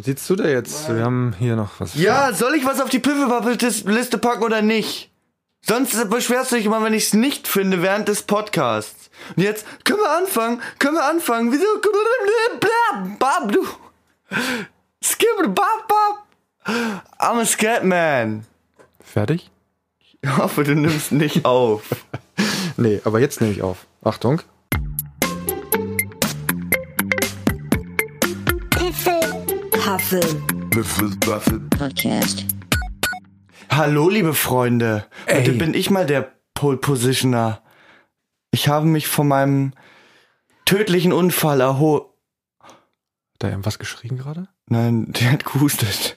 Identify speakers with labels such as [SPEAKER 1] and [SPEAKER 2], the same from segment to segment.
[SPEAKER 1] Sitzt du da jetzt? Wir haben hier noch was.
[SPEAKER 2] Ja, soll ich was auf die Piffepappe-Liste packen oder nicht? Sonst beschwerst du dich immer, wenn ich es nicht finde während des Podcasts. Und jetzt können wir anfangen, können wir anfangen. Wieso? Skip, bab, bab. I'm a Scatman.
[SPEAKER 1] Fertig?
[SPEAKER 2] Ich hoffe, du nimmst nicht auf.
[SPEAKER 1] Nee, aber jetzt nehme ich auf. Achtung.
[SPEAKER 3] Huffle Podcast.
[SPEAKER 2] Hallo, liebe Freunde. Heute bin ich mal der Pole Positioner. Ich habe mich von meinem tödlichen Unfall erholt.
[SPEAKER 1] Da haben was geschrien gerade?
[SPEAKER 2] Nein, die hat gehustet.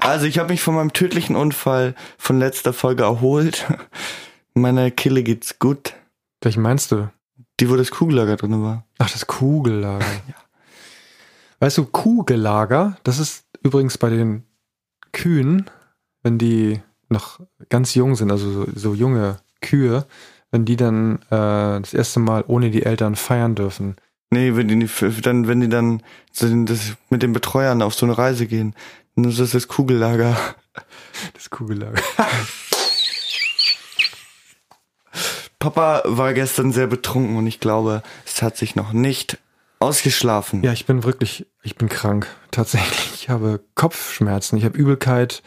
[SPEAKER 2] also ich habe mich von meinem tödlichen Unfall von letzter Folge erholt. Meiner Kille geht's gut.
[SPEAKER 1] Welchen meinst du?
[SPEAKER 2] Die, wo das Kugellager drin war.
[SPEAKER 1] Ach, das Kugellager. Weißt du, Kugellager, das ist übrigens bei den Kühen, wenn die noch ganz jung sind, also so, so junge Kühe, wenn die dann äh, das erste Mal ohne die Eltern feiern dürfen.
[SPEAKER 2] Nee, wenn die, nicht- dann, wenn die dann so den- das, mit den Betreuern auf so eine Reise gehen, dann ist das das Kugellager.
[SPEAKER 1] Das Kugellager.
[SPEAKER 2] Papa war gestern sehr betrunken und ich glaube, es hat sich noch nicht ausgeschlafen.
[SPEAKER 1] Ja, ich bin wirklich, ich bin krank. Tatsächlich, ich habe Kopfschmerzen, ich habe Übelkeit.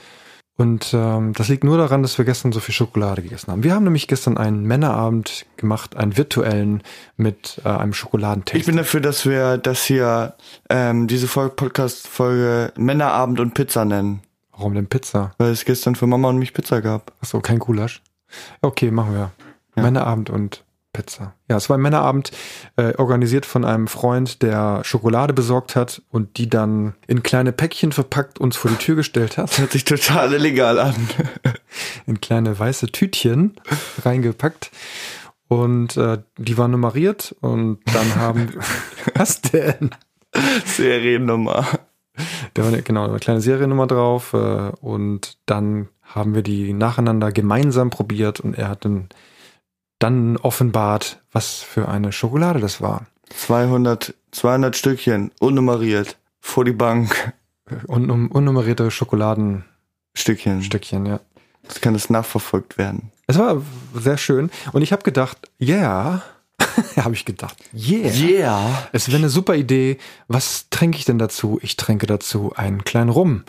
[SPEAKER 1] Und ähm, das liegt nur daran, dass wir gestern so viel Schokolade gegessen haben. Wir haben nämlich gestern einen Männerabend gemacht, einen virtuellen mit äh, einem Schokoladentest.
[SPEAKER 2] Ich bin dafür, dass wir das hier, ähm, diese Folge, Podcast-Folge Männerabend und Pizza nennen.
[SPEAKER 1] Warum denn Pizza?
[SPEAKER 2] Weil es gestern für Mama und mich Pizza gab.
[SPEAKER 1] Achso, kein Gulasch. Okay, machen wir. Männerabend und Pizza. Ja, es war ein Männerabend, äh, organisiert von einem Freund, der Schokolade besorgt hat und die dann in kleine Päckchen verpackt uns vor die Tür gestellt hat.
[SPEAKER 2] Hört sich total illegal an.
[SPEAKER 1] in kleine weiße Tütchen reingepackt. Und äh, die waren nummeriert und dann haben was denn?
[SPEAKER 2] Seriennummer.
[SPEAKER 1] Da war eine, genau eine kleine Seriennummer drauf äh, und dann haben wir die nacheinander gemeinsam probiert und er hat dann, dann offenbart, was für eine Schokolade das war.
[SPEAKER 2] 200, 200 Stückchen, unnummeriert, vor die Bank.
[SPEAKER 1] Und um, unnummerierte Schokoladenstückchen,
[SPEAKER 2] Stückchen.
[SPEAKER 1] ja.
[SPEAKER 2] Das kann das nachverfolgt werden.
[SPEAKER 1] Es war sehr schön und ich habe gedacht, yeah, habe ich gedacht, yeah.
[SPEAKER 2] Yeah.
[SPEAKER 1] Es wäre eine super Idee. Was trinke ich denn dazu? Ich trinke dazu einen kleinen Rum.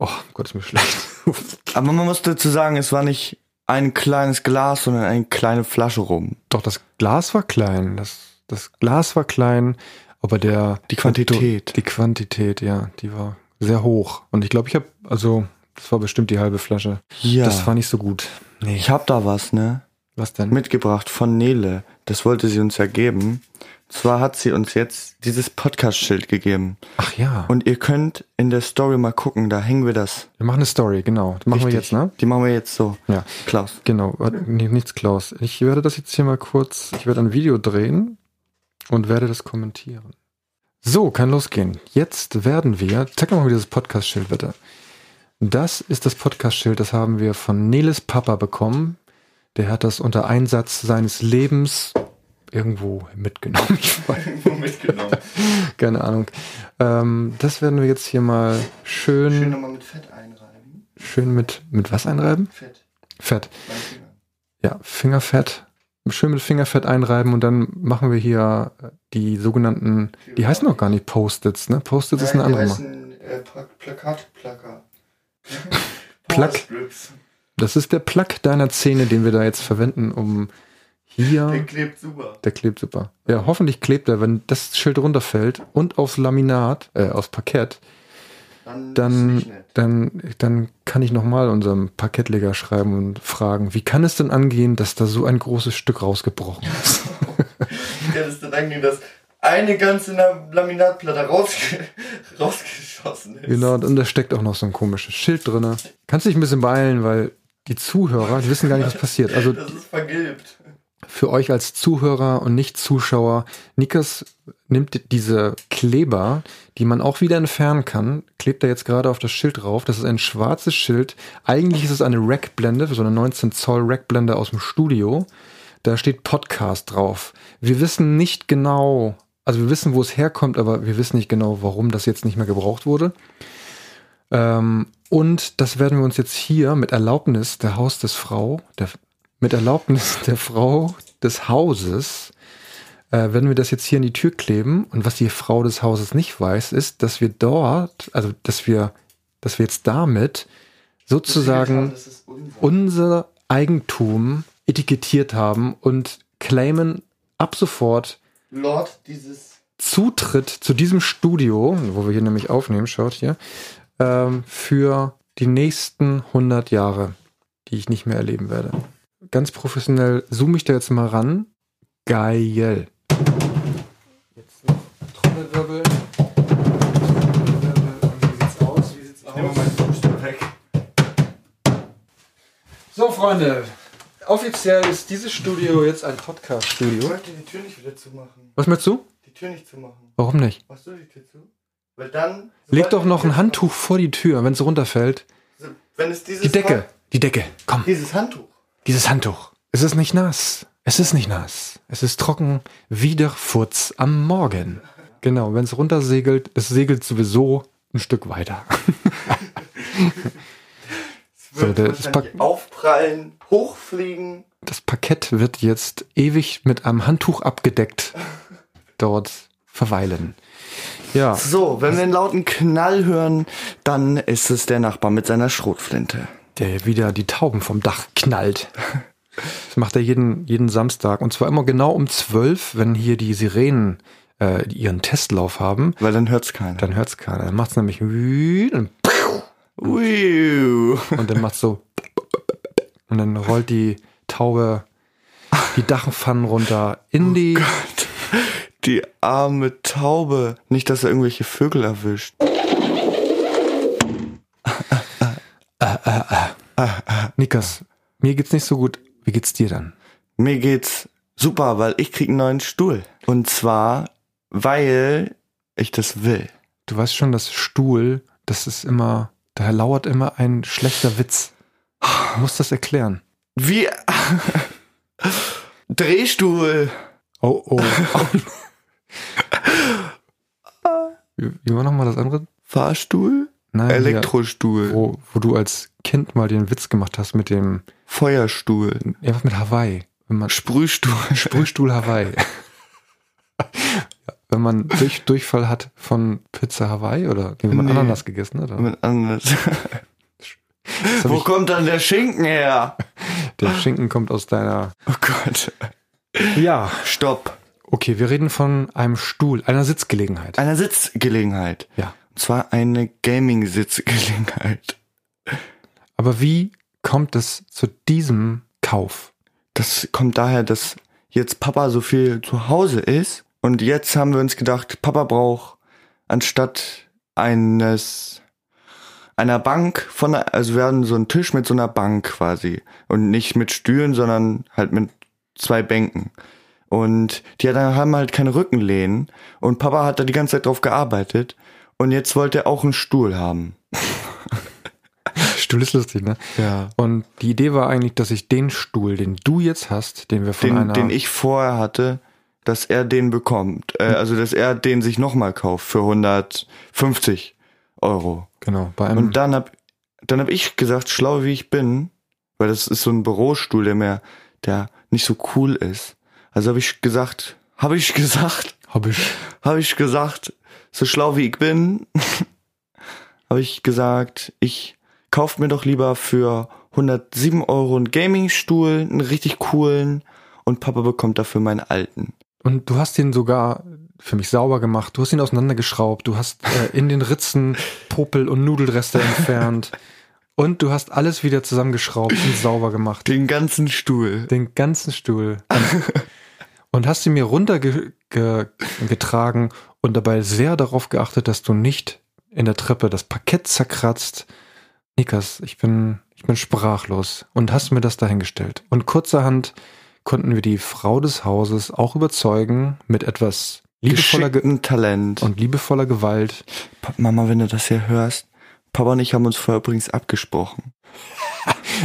[SPEAKER 1] Oh, Gott, ist mir schlecht.
[SPEAKER 2] Aber man muss dazu sagen, es war nicht ein kleines Glas, sondern eine kleine Flasche rum.
[SPEAKER 1] Doch, das Glas war klein. Das, das Glas war klein, aber der...
[SPEAKER 2] Die Quantität.
[SPEAKER 1] Die Quantität, ja, die war sehr hoch. Und ich glaube, ich habe, also, das war bestimmt die halbe Flasche.
[SPEAKER 2] Ja.
[SPEAKER 1] Das war nicht so gut. Nee.
[SPEAKER 2] ich hab da was, ne?
[SPEAKER 1] Was denn?
[SPEAKER 2] mitgebracht von Nele. Das wollte sie uns ja geben. Zwar hat sie uns jetzt dieses Podcast-Schild gegeben.
[SPEAKER 1] Ach ja,
[SPEAKER 2] Und ihr könnt in der Story mal gucken, da hängen wir das.
[SPEAKER 1] wir machen eine Story, genau. Das machen wir jetzt,
[SPEAKER 2] Richtig.
[SPEAKER 1] ne?
[SPEAKER 2] Die machen wir jetzt so.
[SPEAKER 1] Ja.
[SPEAKER 2] Klaus.
[SPEAKER 1] Genau, warte, nee, nichts Klaus. Ich werde das jetzt hier mal kurz, ich werde ein Video drehen und werde das kommentieren. So, kann losgehen. Jetzt werden wir, zeig doch mal dieses Podcast-Schild bitte. Das ist das Podcast-Schild, das haben wir von Neles Papa bekommen. Der hat das unter Einsatz seines Lebens irgendwo mitgenommen. Ich weiß.
[SPEAKER 2] Mitgenommen.
[SPEAKER 1] Keine Ahnung. Ähm, das werden wir jetzt hier mal
[SPEAKER 2] Schön
[SPEAKER 1] schön,
[SPEAKER 2] nochmal mit Fett einreiben.
[SPEAKER 1] schön mit, mit was einreiben?
[SPEAKER 2] Fett.
[SPEAKER 1] Fett. ja, Fingerfett, schön mit Fingerfett einreiben und dann machen wir hier die sogenannten, die heißen noch gar nicht Post-its, ne? Post-its ist eine andere Nummer.
[SPEAKER 2] äh, Plakatplacker.
[SPEAKER 1] Plack. Das ist der Plack deiner Zähne, den wir da jetzt verwenden, um hier,
[SPEAKER 2] klebt super.
[SPEAKER 1] der klebt super. Ja, hoffentlich klebt er, wenn das Schild runterfällt und aufs Laminat, äh, aufs Parkett, dann, dann, dann kann ich nochmal unserem Parkettleger schreiben und fragen, wie kann es denn angehen, dass da so ein großes Stück rausgebrochen ist?
[SPEAKER 2] Ja, das ist dann eigentlich, dass eine ganze Laminatplatte rausge rausgeschossen ist.
[SPEAKER 1] Genau, und da steckt auch noch so ein komisches Schild drin. Kannst dich ein bisschen beeilen, weil die Zuhörer, die wissen gar nicht, was passiert. Also
[SPEAKER 2] ist vergilbt.
[SPEAKER 1] für euch als Zuhörer und Nicht-Zuschauer, Nikas nimmt diese Kleber, die man auch wieder entfernen kann, klebt er jetzt gerade auf das Schild drauf. Das ist ein schwarzes Schild. Eigentlich ist es eine Rackblende, so eine 19 Zoll Rackblende aus dem Studio. Da steht Podcast drauf. Wir wissen nicht genau, also wir wissen, wo es herkommt, aber wir wissen nicht genau, warum das jetzt nicht mehr gebraucht wurde. Ähm, und das werden wir uns jetzt hier mit Erlaubnis der Haus des Frau, der, mit Erlaubnis der Frau des Hauses, äh, werden wir das jetzt hier in die Tür kleben. Und was die Frau des Hauses nicht weiß, ist, dass wir dort, also dass wir, dass wir jetzt damit sozusagen unser Eigentum etikettiert haben und claimen ab sofort
[SPEAKER 2] Lord dieses.
[SPEAKER 1] Zutritt zu diesem Studio, wo wir hier nämlich aufnehmen, schaut hier, ähm, für die nächsten 100 Jahre, die ich nicht mehr erleben werde. Ganz professionell zoome ich da jetzt mal ran. Geil. Jetzt noch Trommelwirbel. Wie sieht's aus? Wie sieht's
[SPEAKER 2] Nehmen wir meinen Tonstuhl weg.
[SPEAKER 1] So, Freunde, offiziell ist dieses Studio jetzt ein
[SPEAKER 2] Ich
[SPEAKER 1] Podcast-Studio.
[SPEAKER 2] wollte die Tür nicht wieder zumachen.
[SPEAKER 1] Was möchtest du?
[SPEAKER 2] Die Tür nicht zumachen.
[SPEAKER 1] Warum nicht?
[SPEAKER 2] Machst du die Tür zu? Weil dann.
[SPEAKER 1] Leg doch noch ein Handtuch vor die Tür, wenn es runterfällt.
[SPEAKER 2] Wenn es dieses.
[SPEAKER 1] Die Decke, die Decke, komm,
[SPEAKER 2] Dieses Handtuch.
[SPEAKER 1] dieses Handtuch. Es ist nicht nass. Es ist nicht nass. Es ist trocken wie der Furz am Morgen. Genau, wenn es runtersegelt, es segelt sowieso ein Stück weiter. So,
[SPEAKER 2] Wird
[SPEAKER 1] der- das
[SPEAKER 2] wahrscheinlich aufprallen, hochfliegen.
[SPEAKER 1] Das Parkett wird jetzt ewig mit einem Handtuch abgedeckt dort verweilen. Ja.
[SPEAKER 2] So, wenn wir einen lauten Knall hören, dann ist es der Nachbar mit seiner Schrotflinte.
[SPEAKER 1] der wieder die Tauben vom Dach knallt. Das macht er jeden, jeden Samstag. Und zwar immer genau um zwölf, wenn hier die Sirenen äh, ihren Testlauf haben.
[SPEAKER 2] Weil dann hört's keiner.
[SPEAKER 1] Dann hört's keiner. Dann macht's nämlich wüt und
[SPEAKER 2] Uiuh.
[SPEAKER 1] und dann macht's so und dann rollt die Taube die Dachpfannen runter in die.
[SPEAKER 2] Die arme Taube. Nicht, dass er irgendwelche Vögel erwischt.
[SPEAKER 1] Nikas, mir geht's nicht so gut. Wie geht's dir dann?
[SPEAKER 2] Mir geht's super, weil ich krieg einen neuen Stuhl. Und zwar, weil ich das will.
[SPEAKER 1] Du weißt schon, das Stuhl, das ist immer, da lauert immer ein schlechter Witz. Du musst das erklären.
[SPEAKER 2] Wie? Drehstuhl.
[SPEAKER 1] Oh, oh. Wie wie war nochmal das andere?
[SPEAKER 2] Fahrstuhl?
[SPEAKER 1] Nein, hier,
[SPEAKER 2] Elektrostuhl.
[SPEAKER 1] Ah, wo, wo du als Kind mal den Witz gemacht hast mit dem,
[SPEAKER 2] Feuerstuhl.
[SPEAKER 1] ja, was mit Hawaii. Wenn man,
[SPEAKER 2] Sprühstuhl.
[SPEAKER 1] Sprühstuhl Hawaii. Wenn man durch, Durchfall hat von Pizza Hawaii oder wenn man
[SPEAKER 2] Nee.
[SPEAKER 1] Ananas gegessen hat. Oder?
[SPEAKER 2] Mit anders.
[SPEAKER 1] Das hab
[SPEAKER 2] Wo
[SPEAKER 1] ich,
[SPEAKER 2] kommt dann der Schinken her?
[SPEAKER 1] der Schinken kommt aus deiner.
[SPEAKER 2] Oh Gott.
[SPEAKER 1] Ja.
[SPEAKER 2] Stopp.
[SPEAKER 1] Okay, wir reden von einem Stuhl, einer Sitzgelegenheit.
[SPEAKER 2] Eine Sitzgelegenheit.
[SPEAKER 1] Ja.
[SPEAKER 2] Und zwar eine Gaming-Sitzgelegenheit.
[SPEAKER 1] Aber wie kommt es zu diesem Kauf?
[SPEAKER 2] Das kommt daher, dass jetzt Papa so viel zu Hause ist. Und jetzt haben wir uns gedacht, Papa braucht anstatt eines einer Bank von einer, also wir haben so einen Tisch mit so einer Bank quasi und nicht mit Stühlen, sondern halt mit zwei Bänken. Und die hat- haben halt keine Rückenlehnen und Papa hat da die ganze Zeit drauf gearbeitet und jetzt wollte er auch einen Stuhl haben.
[SPEAKER 1] Stuhl ist lustig, ne?
[SPEAKER 2] Ja.
[SPEAKER 1] Und die Idee war eigentlich, dass ich den Stuhl, den du jetzt hast, den wir von
[SPEAKER 2] den,
[SPEAKER 1] einer.
[SPEAKER 2] den ich vorher hatte, dass er den bekommt.
[SPEAKER 1] Hm.
[SPEAKER 2] Äh, also, dass er den sich nochmal kauft für 150 Euro.
[SPEAKER 1] genau, bei einem.
[SPEAKER 2] Und dann hab, dann hab ich gesagt, schlau wie ich bin, weil das ist so ein Bürostuhl, der mir, der nicht so cool ist. Also habe ich gesagt, habe ich gesagt,
[SPEAKER 1] Hab ich.
[SPEAKER 2] habe ich gesagt, so schlau wie ich bin, habe ich gesagt, ich kauf mir doch lieber für 107 Euro einen Gaming-Stuhl, einen richtig coolen, und Papa bekommt dafür meinen alten.
[SPEAKER 1] Und du hast ihn sogar für mich sauber gemacht, du hast ihn auseinandergeschraubt, du hast äh, in den Ritzen Popel und Nudelreste entfernt. Und du hast alles wieder zusammengeschraubt und sauber gemacht.
[SPEAKER 2] Den ganzen Stuhl.
[SPEAKER 1] Den ganzen Stuhl. Und hast ihn mir runtergetragen und dabei sehr darauf geachtet, dass du nicht in der Treppe das Parkett zerkratzt. Nikas, ich bin, ich bin sprachlos und hast mir das dahingestellt. Und kurzerhand konnten wir die Frau des Hauses auch überzeugen mit etwas liebevoller Ge
[SPEAKER 2] Geschickten Talent.
[SPEAKER 1] und liebevoller Gewalt.
[SPEAKER 2] Pa- Mama, wenn du das hier hörst, Papa und ich haben uns vorher übrigens abgesprochen.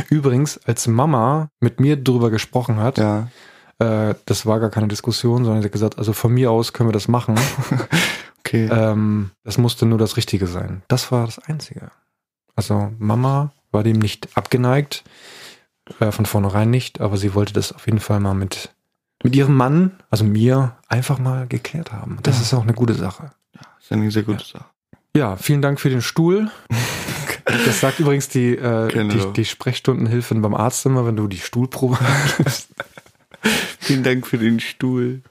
[SPEAKER 1] Übrigens, als Mama mit mir drüber gesprochen hat,
[SPEAKER 2] Ja.
[SPEAKER 1] Äh, das war gar keine Diskussion, sondern sie hat gesagt, also von mir aus können wir das machen.
[SPEAKER 2] Okay.
[SPEAKER 1] ähm, das musste nur das Richtige sein. Das war das Einzige. Also Mama war dem nicht abgeneigt, äh, von vornherein nicht, aber sie wollte das auf jeden Fall mal mit, mit ihrem Mann, also mir, einfach mal geklärt haben. Das
[SPEAKER 2] Ja.
[SPEAKER 1] ist auch eine gute Sache.
[SPEAKER 2] ist eine sehr gute Sache.
[SPEAKER 1] Ja, vielen Dank für den Stuhl. Das sagt übrigens die, äh,
[SPEAKER 2] Genau.
[SPEAKER 1] die, die Sprechstundenhilfin beim Arzt immer, wenn du die Stuhlprobe hast.
[SPEAKER 2] Vielen Dank für den Stuhl.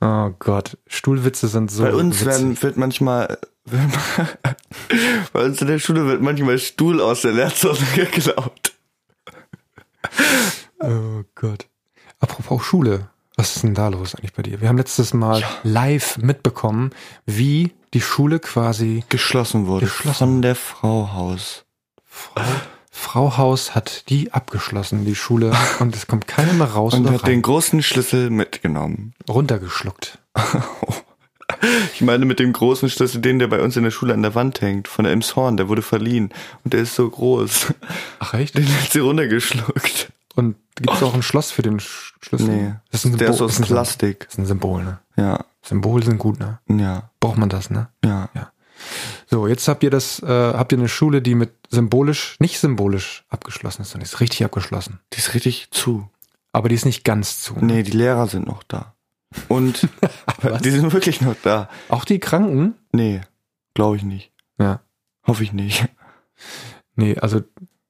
[SPEAKER 1] Oh Gott, Stuhlwitze sind so
[SPEAKER 2] bei uns
[SPEAKER 1] witzig.
[SPEAKER 2] werden, wird manchmal, wird ma- bei uns in der Schule wird manchmal Stuhl aus der Lehrzeile geklaut.
[SPEAKER 1] Oh Gott. Apropos Schule, was ist denn da los eigentlich bei dir? Wir haben letztes Mal live mitbekommen, wie die Schule quasi
[SPEAKER 2] Geschlossen wurde.
[SPEAKER 1] Geschlossen.
[SPEAKER 2] Von der Frau Haus.
[SPEAKER 1] Frau, Frau Haus hat die abgeschlossen, die Schule, und es kommt keiner mehr raus
[SPEAKER 2] Und
[SPEAKER 1] oder
[SPEAKER 2] hat den
[SPEAKER 1] rein,
[SPEAKER 2] großen Schlüssel mitgenommen.
[SPEAKER 1] runtergeschluckt.
[SPEAKER 2] Ich meine mit dem großen Schlüssel, den der bei uns in der Schule an der Wand hängt, von der Imshorn, der wurde verliehen. Und der ist so groß.
[SPEAKER 1] Ach echt?
[SPEAKER 2] Den hat sie runtergeschluckt.
[SPEAKER 1] Und gibt es auch ein Schloss für den Sch- Schlüssel?
[SPEAKER 2] Oh. Nee.
[SPEAKER 1] Das ist ein Symbol.
[SPEAKER 2] Der ist
[SPEAKER 1] das
[SPEAKER 2] aus
[SPEAKER 1] ein Symbol.
[SPEAKER 2] Plastik.
[SPEAKER 1] Das ist ein Symbol, ne?
[SPEAKER 2] Ja,
[SPEAKER 1] Symbole sind gut, ne?
[SPEAKER 2] ja,
[SPEAKER 1] Braucht man das, ne?
[SPEAKER 2] ja.
[SPEAKER 1] So, jetzt habt ihr das, äh, habt ihr eine Schule, die mit symbolisch, nicht symbolisch abgeschlossen ist, sondern die ist richtig abgeschlossen.
[SPEAKER 2] Die ist richtig zu.
[SPEAKER 1] Aber die ist nicht ganz zu. ne?
[SPEAKER 2] Nee, die Lehrer sind noch da. Und die sind wirklich noch da.
[SPEAKER 1] Auch die Kranken?
[SPEAKER 2] Nee, glaube ich nicht.
[SPEAKER 1] Ja.
[SPEAKER 2] Hoffe ich nicht.
[SPEAKER 1] Nee, also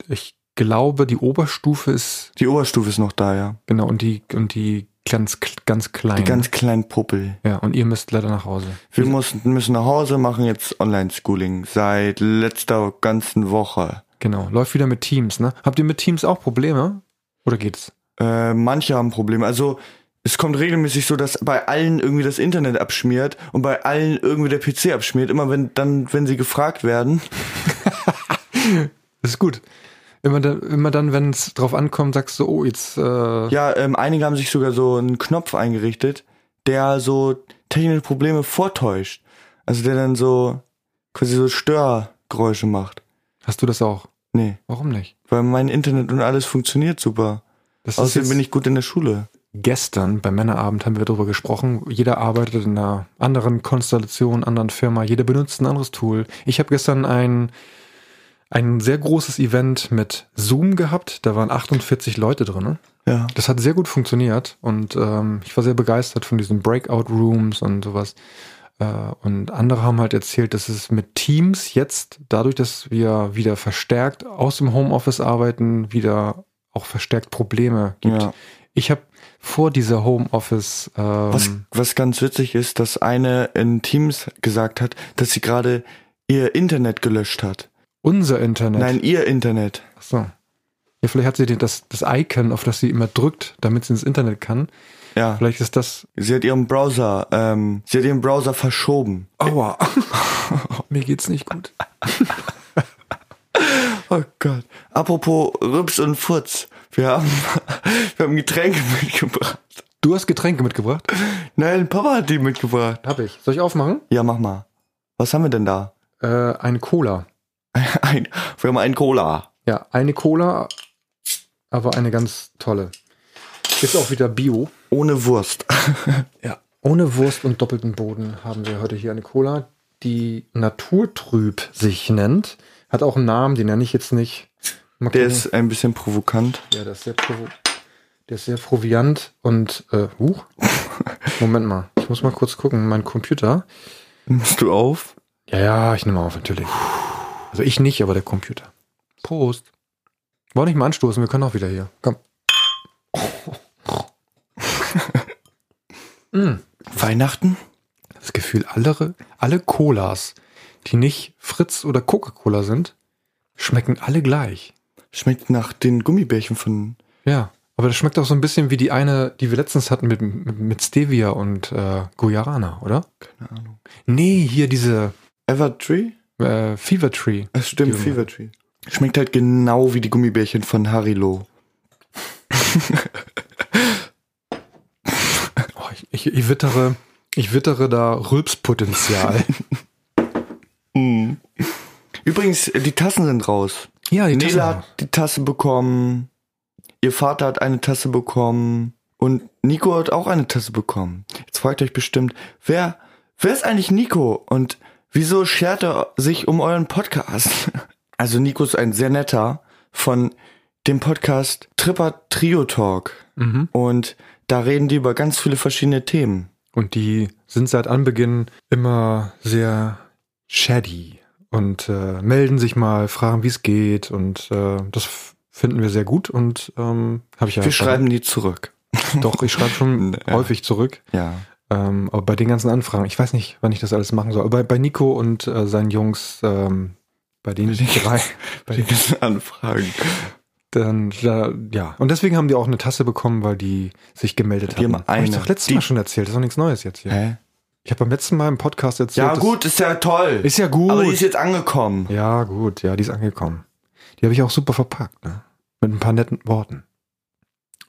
[SPEAKER 1] ich glaube, die Oberstufe ist,
[SPEAKER 2] Die Oberstufe ist noch da, ja.
[SPEAKER 1] genau, und die, und die ganz, ganz klein.
[SPEAKER 2] Die ganz kleinen Puppel.
[SPEAKER 1] ja, und ihr müsst leider nach Hause.
[SPEAKER 2] Wir mussten, müssen nach Hause, machen jetzt Online-Schooling seit letzter ganzen Woche.
[SPEAKER 1] Genau, läuft wieder mit Teams, ne? Habt ihr mit Teams auch Probleme? Oder geht's?
[SPEAKER 2] Äh, manche haben Probleme. Also es kommt regelmäßig so, dass bei allen irgendwie das Internet abschmiert und bei allen irgendwie der PC abschmiert. Immer wenn dann, wenn sie gefragt werden.
[SPEAKER 1] Das ist gut. Immer, da, immer dann, wenn es drauf ankommt, sagst du, oh, jetzt, äh,
[SPEAKER 2] Ja, ähm, einige haben sich sogar so einen Knopf eingerichtet, der so technische Probleme vortäuscht. Also der dann so quasi so Störgeräusche macht.
[SPEAKER 1] hast du das auch?
[SPEAKER 2] Nee.
[SPEAKER 1] Warum nicht?
[SPEAKER 2] Weil mein Internet und alles funktioniert super.
[SPEAKER 1] Das ist
[SPEAKER 2] Außerdem
[SPEAKER 1] jetzt-
[SPEAKER 2] bin ich gut in der Schule.
[SPEAKER 1] gestern beim Männerabend haben wir darüber gesprochen. Jeder arbeitet in einer anderen Konstellation, anderen Firma. Jeder benutzt ein anderes Tool. Ich habe gestern ein, ein sehr großes Event mit Zoom gehabt. Da waren 48 Leute drin.
[SPEAKER 2] Ja.
[SPEAKER 1] Das hat sehr gut funktioniert und ähm, ich war sehr begeistert von diesen Breakout-Rooms und sowas. Äh, und andere haben halt erzählt, dass es mit Teams jetzt, dadurch, dass wir wieder verstärkt aus dem Homeoffice arbeiten, wieder auch verstärkt Probleme gibt.
[SPEAKER 2] ja.
[SPEAKER 1] Ich habe vor dieser Homeoffice. Ähm,
[SPEAKER 2] Was, was ganz witzig ist, dass eine in Teams gesagt hat, dass sie gerade ihr Internet gelöscht hat.
[SPEAKER 1] Unser Internet.
[SPEAKER 2] Nein, ihr Internet.
[SPEAKER 1] Ach so. Ja, vielleicht hat sie den- das, das Icon, auf das sie immer drückt, damit sie ins Internet kann.
[SPEAKER 2] Ja.
[SPEAKER 1] Vielleicht ist das.
[SPEAKER 2] Sie hat ihren Browser, ähm, sie hat ihren Browser verschoben.
[SPEAKER 1] Aua. Mir geht's nicht gut.
[SPEAKER 2] Oh Gott. Apropos Rübs und Furz. Wir haben, wir haben Getränke mitgebracht.
[SPEAKER 1] Du hast Getränke mitgebracht?
[SPEAKER 2] Nein, Papa hat die mitgebracht.
[SPEAKER 1] Hab ich. Soll ich aufmachen?
[SPEAKER 2] Ja, mach mal. Was haben wir denn da?
[SPEAKER 1] Äh, eine Cola.
[SPEAKER 2] Ein, wir haben einen Cola.
[SPEAKER 1] Ja, eine Cola, aber eine ganz tolle. Ist auch wieder Bio.
[SPEAKER 2] Ohne Wurst.
[SPEAKER 1] Ja. Ohne Wurst und doppelten Boden haben wir heute hier eine Cola, die Naturtrüb sich nennt. Hat auch einen Namen, den nenne ich jetzt nicht. Mal
[SPEAKER 2] Der
[SPEAKER 1] gucken.
[SPEAKER 2] ist ein bisschen provokant.
[SPEAKER 1] ja, der ist sehr, provo der ist sehr proviant und äh, huch. Moment mal, ich muss mal kurz gucken. Mein Computer.
[SPEAKER 2] Nimmst du auf?
[SPEAKER 1] Ja, ja, ich nehme auf, natürlich. Also ich nicht, aber der Computer. Prost. Wollen nicht mal anstoßen, wir können auch wieder hier. Komm.
[SPEAKER 2] Weihnachten?
[SPEAKER 1] das Gefühl, alle, alle Colas, die nicht Fritz oder Coca-Cola sind, schmecken alle gleich.
[SPEAKER 2] Schmeckt nach den Gummibärchen von.
[SPEAKER 1] Ja, aber das schmeckt auch so ein bisschen wie die eine, die wir letztens hatten mit, mit, mit Stevia und äh, Guarana, oder?
[SPEAKER 2] Keine Ahnung.
[SPEAKER 1] Nee, hier diese
[SPEAKER 2] Evertree?
[SPEAKER 1] äh, Fever Tree.
[SPEAKER 2] Es stimmt,
[SPEAKER 1] Die
[SPEAKER 2] Fever Tree. Schmeckt halt genau wie die Gummibärchen von Harilo.
[SPEAKER 1] Oh, ich, ich, ich wittere, ich wittere da Rülpspotenzial.
[SPEAKER 2] Übrigens, äh, die Tassen sind raus.
[SPEAKER 1] ja, die
[SPEAKER 2] Nela
[SPEAKER 1] Tassen-
[SPEAKER 2] hat die Tasse bekommen. Ihr Vater hat eine Tasse bekommen. Und Nico hat auch eine Tasse bekommen. Jetzt fragt euch bestimmt, wer, wer ist eigentlich Nico? Und wieso schert er sich um euren Podcast? Also Nico ist ein sehr netter von dem Podcast Tripper Trio Talk.
[SPEAKER 1] Mhm.
[SPEAKER 2] Und da reden die über ganz viele verschiedene Themen.
[SPEAKER 1] Und die sind seit Anbeginn immer sehr shady und äh, melden sich mal, fragen, wie es geht. Und äh, das f- finden wir sehr gut und ähm, habe ich ja.
[SPEAKER 2] Wir schreiben nie zurück.
[SPEAKER 1] Doch, ich schreibe schon
[SPEAKER 2] Ja.
[SPEAKER 1] häufig zurück.
[SPEAKER 2] Ja.
[SPEAKER 1] Ähm, aber bei den ganzen Anfragen, ich weiß nicht, wann ich das alles machen soll. Aber bei, bei Nico und äh, seinen Jungs, ähm, bei den drei, bei
[SPEAKER 2] Die ganzen Anfragen.
[SPEAKER 1] dann, da, ja. Und deswegen haben die auch eine Tasse bekommen, weil die sich gemeldet
[SPEAKER 2] Die
[SPEAKER 1] haben.
[SPEAKER 2] haben
[SPEAKER 1] Hab ich
[SPEAKER 2] eine.
[SPEAKER 1] doch letztes
[SPEAKER 2] Die-
[SPEAKER 1] Mal schon erzählt, das ist doch nichts Neues jetzt hier.
[SPEAKER 2] Hä?
[SPEAKER 1] Ich habe beim letzten Mal im Podcast erzählt.
[SPEAKER 2] Ja,
[SPEAKER 1] dass-
[SPEAKER 2] gut, ist ja toll.
[SPEAKER 1] Ist ja gut.
[SPEAKER 2] Aber die ist jetzt angekommen.
[SPEAKER 1] ja, gut, ja, die ist angekommen. Die habe ich auch super verpackt, ne? Mit ein paar netten Worten.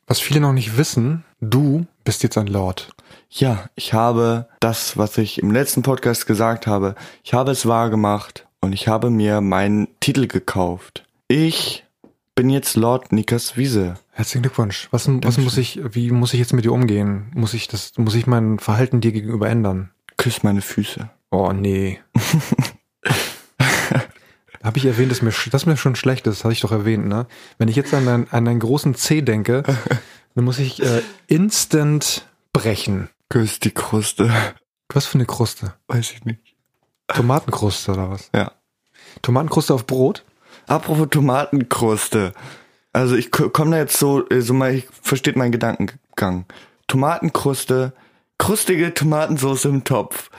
[SPEAKER 1] Was viele noch nicht wissen, du bist jetzt ein Lord.
[SPEAKER 2] Ja, ich habe das, was ich im letzten Podcast gesagt habe, ich habe es wahr gemacht und ich habe mir meinen Titel gekauft. Ich bin jetzt Lord Nikas Wiese.
[SPEAKER 1] Herzlichen Glückwunsch. Was, was muss ich, wie muss ich jetzt mit dir umgehen? Muss ich das, muss ich mein Verhalten dir gegenüber ändern?
[SPEAKER 2] Küss meine Füße.
[SPEAKER 1] Oh nee. Habe ich erwähnt, dass mir, sch- dass mir schon schlecht ist, hatte ich doch erwähnt, ne? Wenn ich jetzt an, dein, an einen großen C denke, dann muss ich äh, instant brechen.
[SPEAKER 2] Küss die Kruste.
[SPEAKER 1] Was für eine Kruste?
[SPEAKER 2] Weiß ich nicht.
[SPEAKER 1] Tomatenkruste oder was?
[SPEAKER 2] Ja.
[SPEAKER 1] Tomatenkruste auf Brot?
[SPEAKER 2] Apropos Tomatenkruste. Also ich komme da jetzt so, äh, so mal, ich versteht meinen Gedankengang. Tomatenkruste, krustige Tomatensauce im Topf.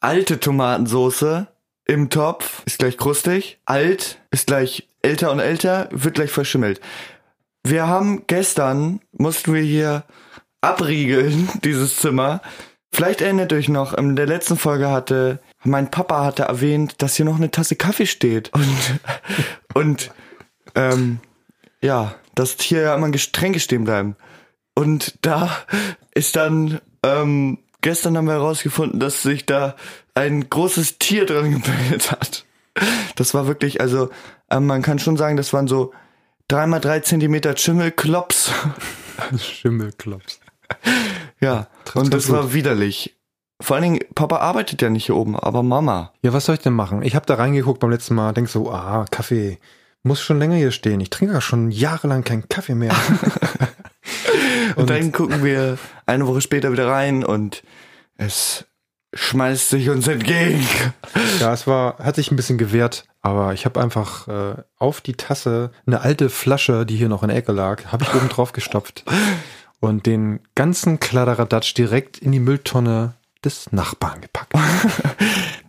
[SPEAKER 2] Alte Tomatensauce im Topf ist gleich krustig. Alt ist gleich älter und älter, wird gleich verschimmelt. Wir haben gestern, mussten wir hier abriegeln, dieses Zimmer. Vielleicht erinnert euch noch, in der letzten Folge hatte, mein Papa hatte erwähnt, dass hier noch eine Tasse Kaffee steht. Und, und ähm, ja, dass hier ja immer Getränke stehen bleiben. Und da ist dann, ähm, gestern haben wir herausgefunden, dass sich da ein großes Tier dran gebildet hat. Das war wirklich, also, ähm, man kann schon sagen, das waren so 3x3 Zentimeter Schimmelklops.
[SPEAKER 1] Schimmelklops.
[SPEAKER 2] Ja,
[SPEAKER 1] Trifft's ganz
[SPEAKER 2] und das
[SPEAKER 1] gut.
[SPEAKER 2] war widerlich. Vor allen Dingen, Papa arbeitet ja nicht hier oben, aber Mama.
[SPEAKER 1] Ja, was soll ich denn machen? Ich habe da reingeguckt beim letzten Mal, denk so, ah, Kaffee muss schon länger hier stehen. Ich trinke ja schon jahrelang keinen Kaffee mehr.
[SPEAKER 2] Und, dann gucken wir eine Woche später wieder rein und es schmeißt sich uns entgegen.
[SPEAKER 1] Ja, es war, hat sich ein bisschen gewehrt, aber ich habe einfach äh, auf die Tasse eine alte Flasche, die hier noch in der Ecke lag, habe ich oben drauf gestopft und den ganzen Kladderadatsch direkt in die Mülltonne des Nachbarn gepackt.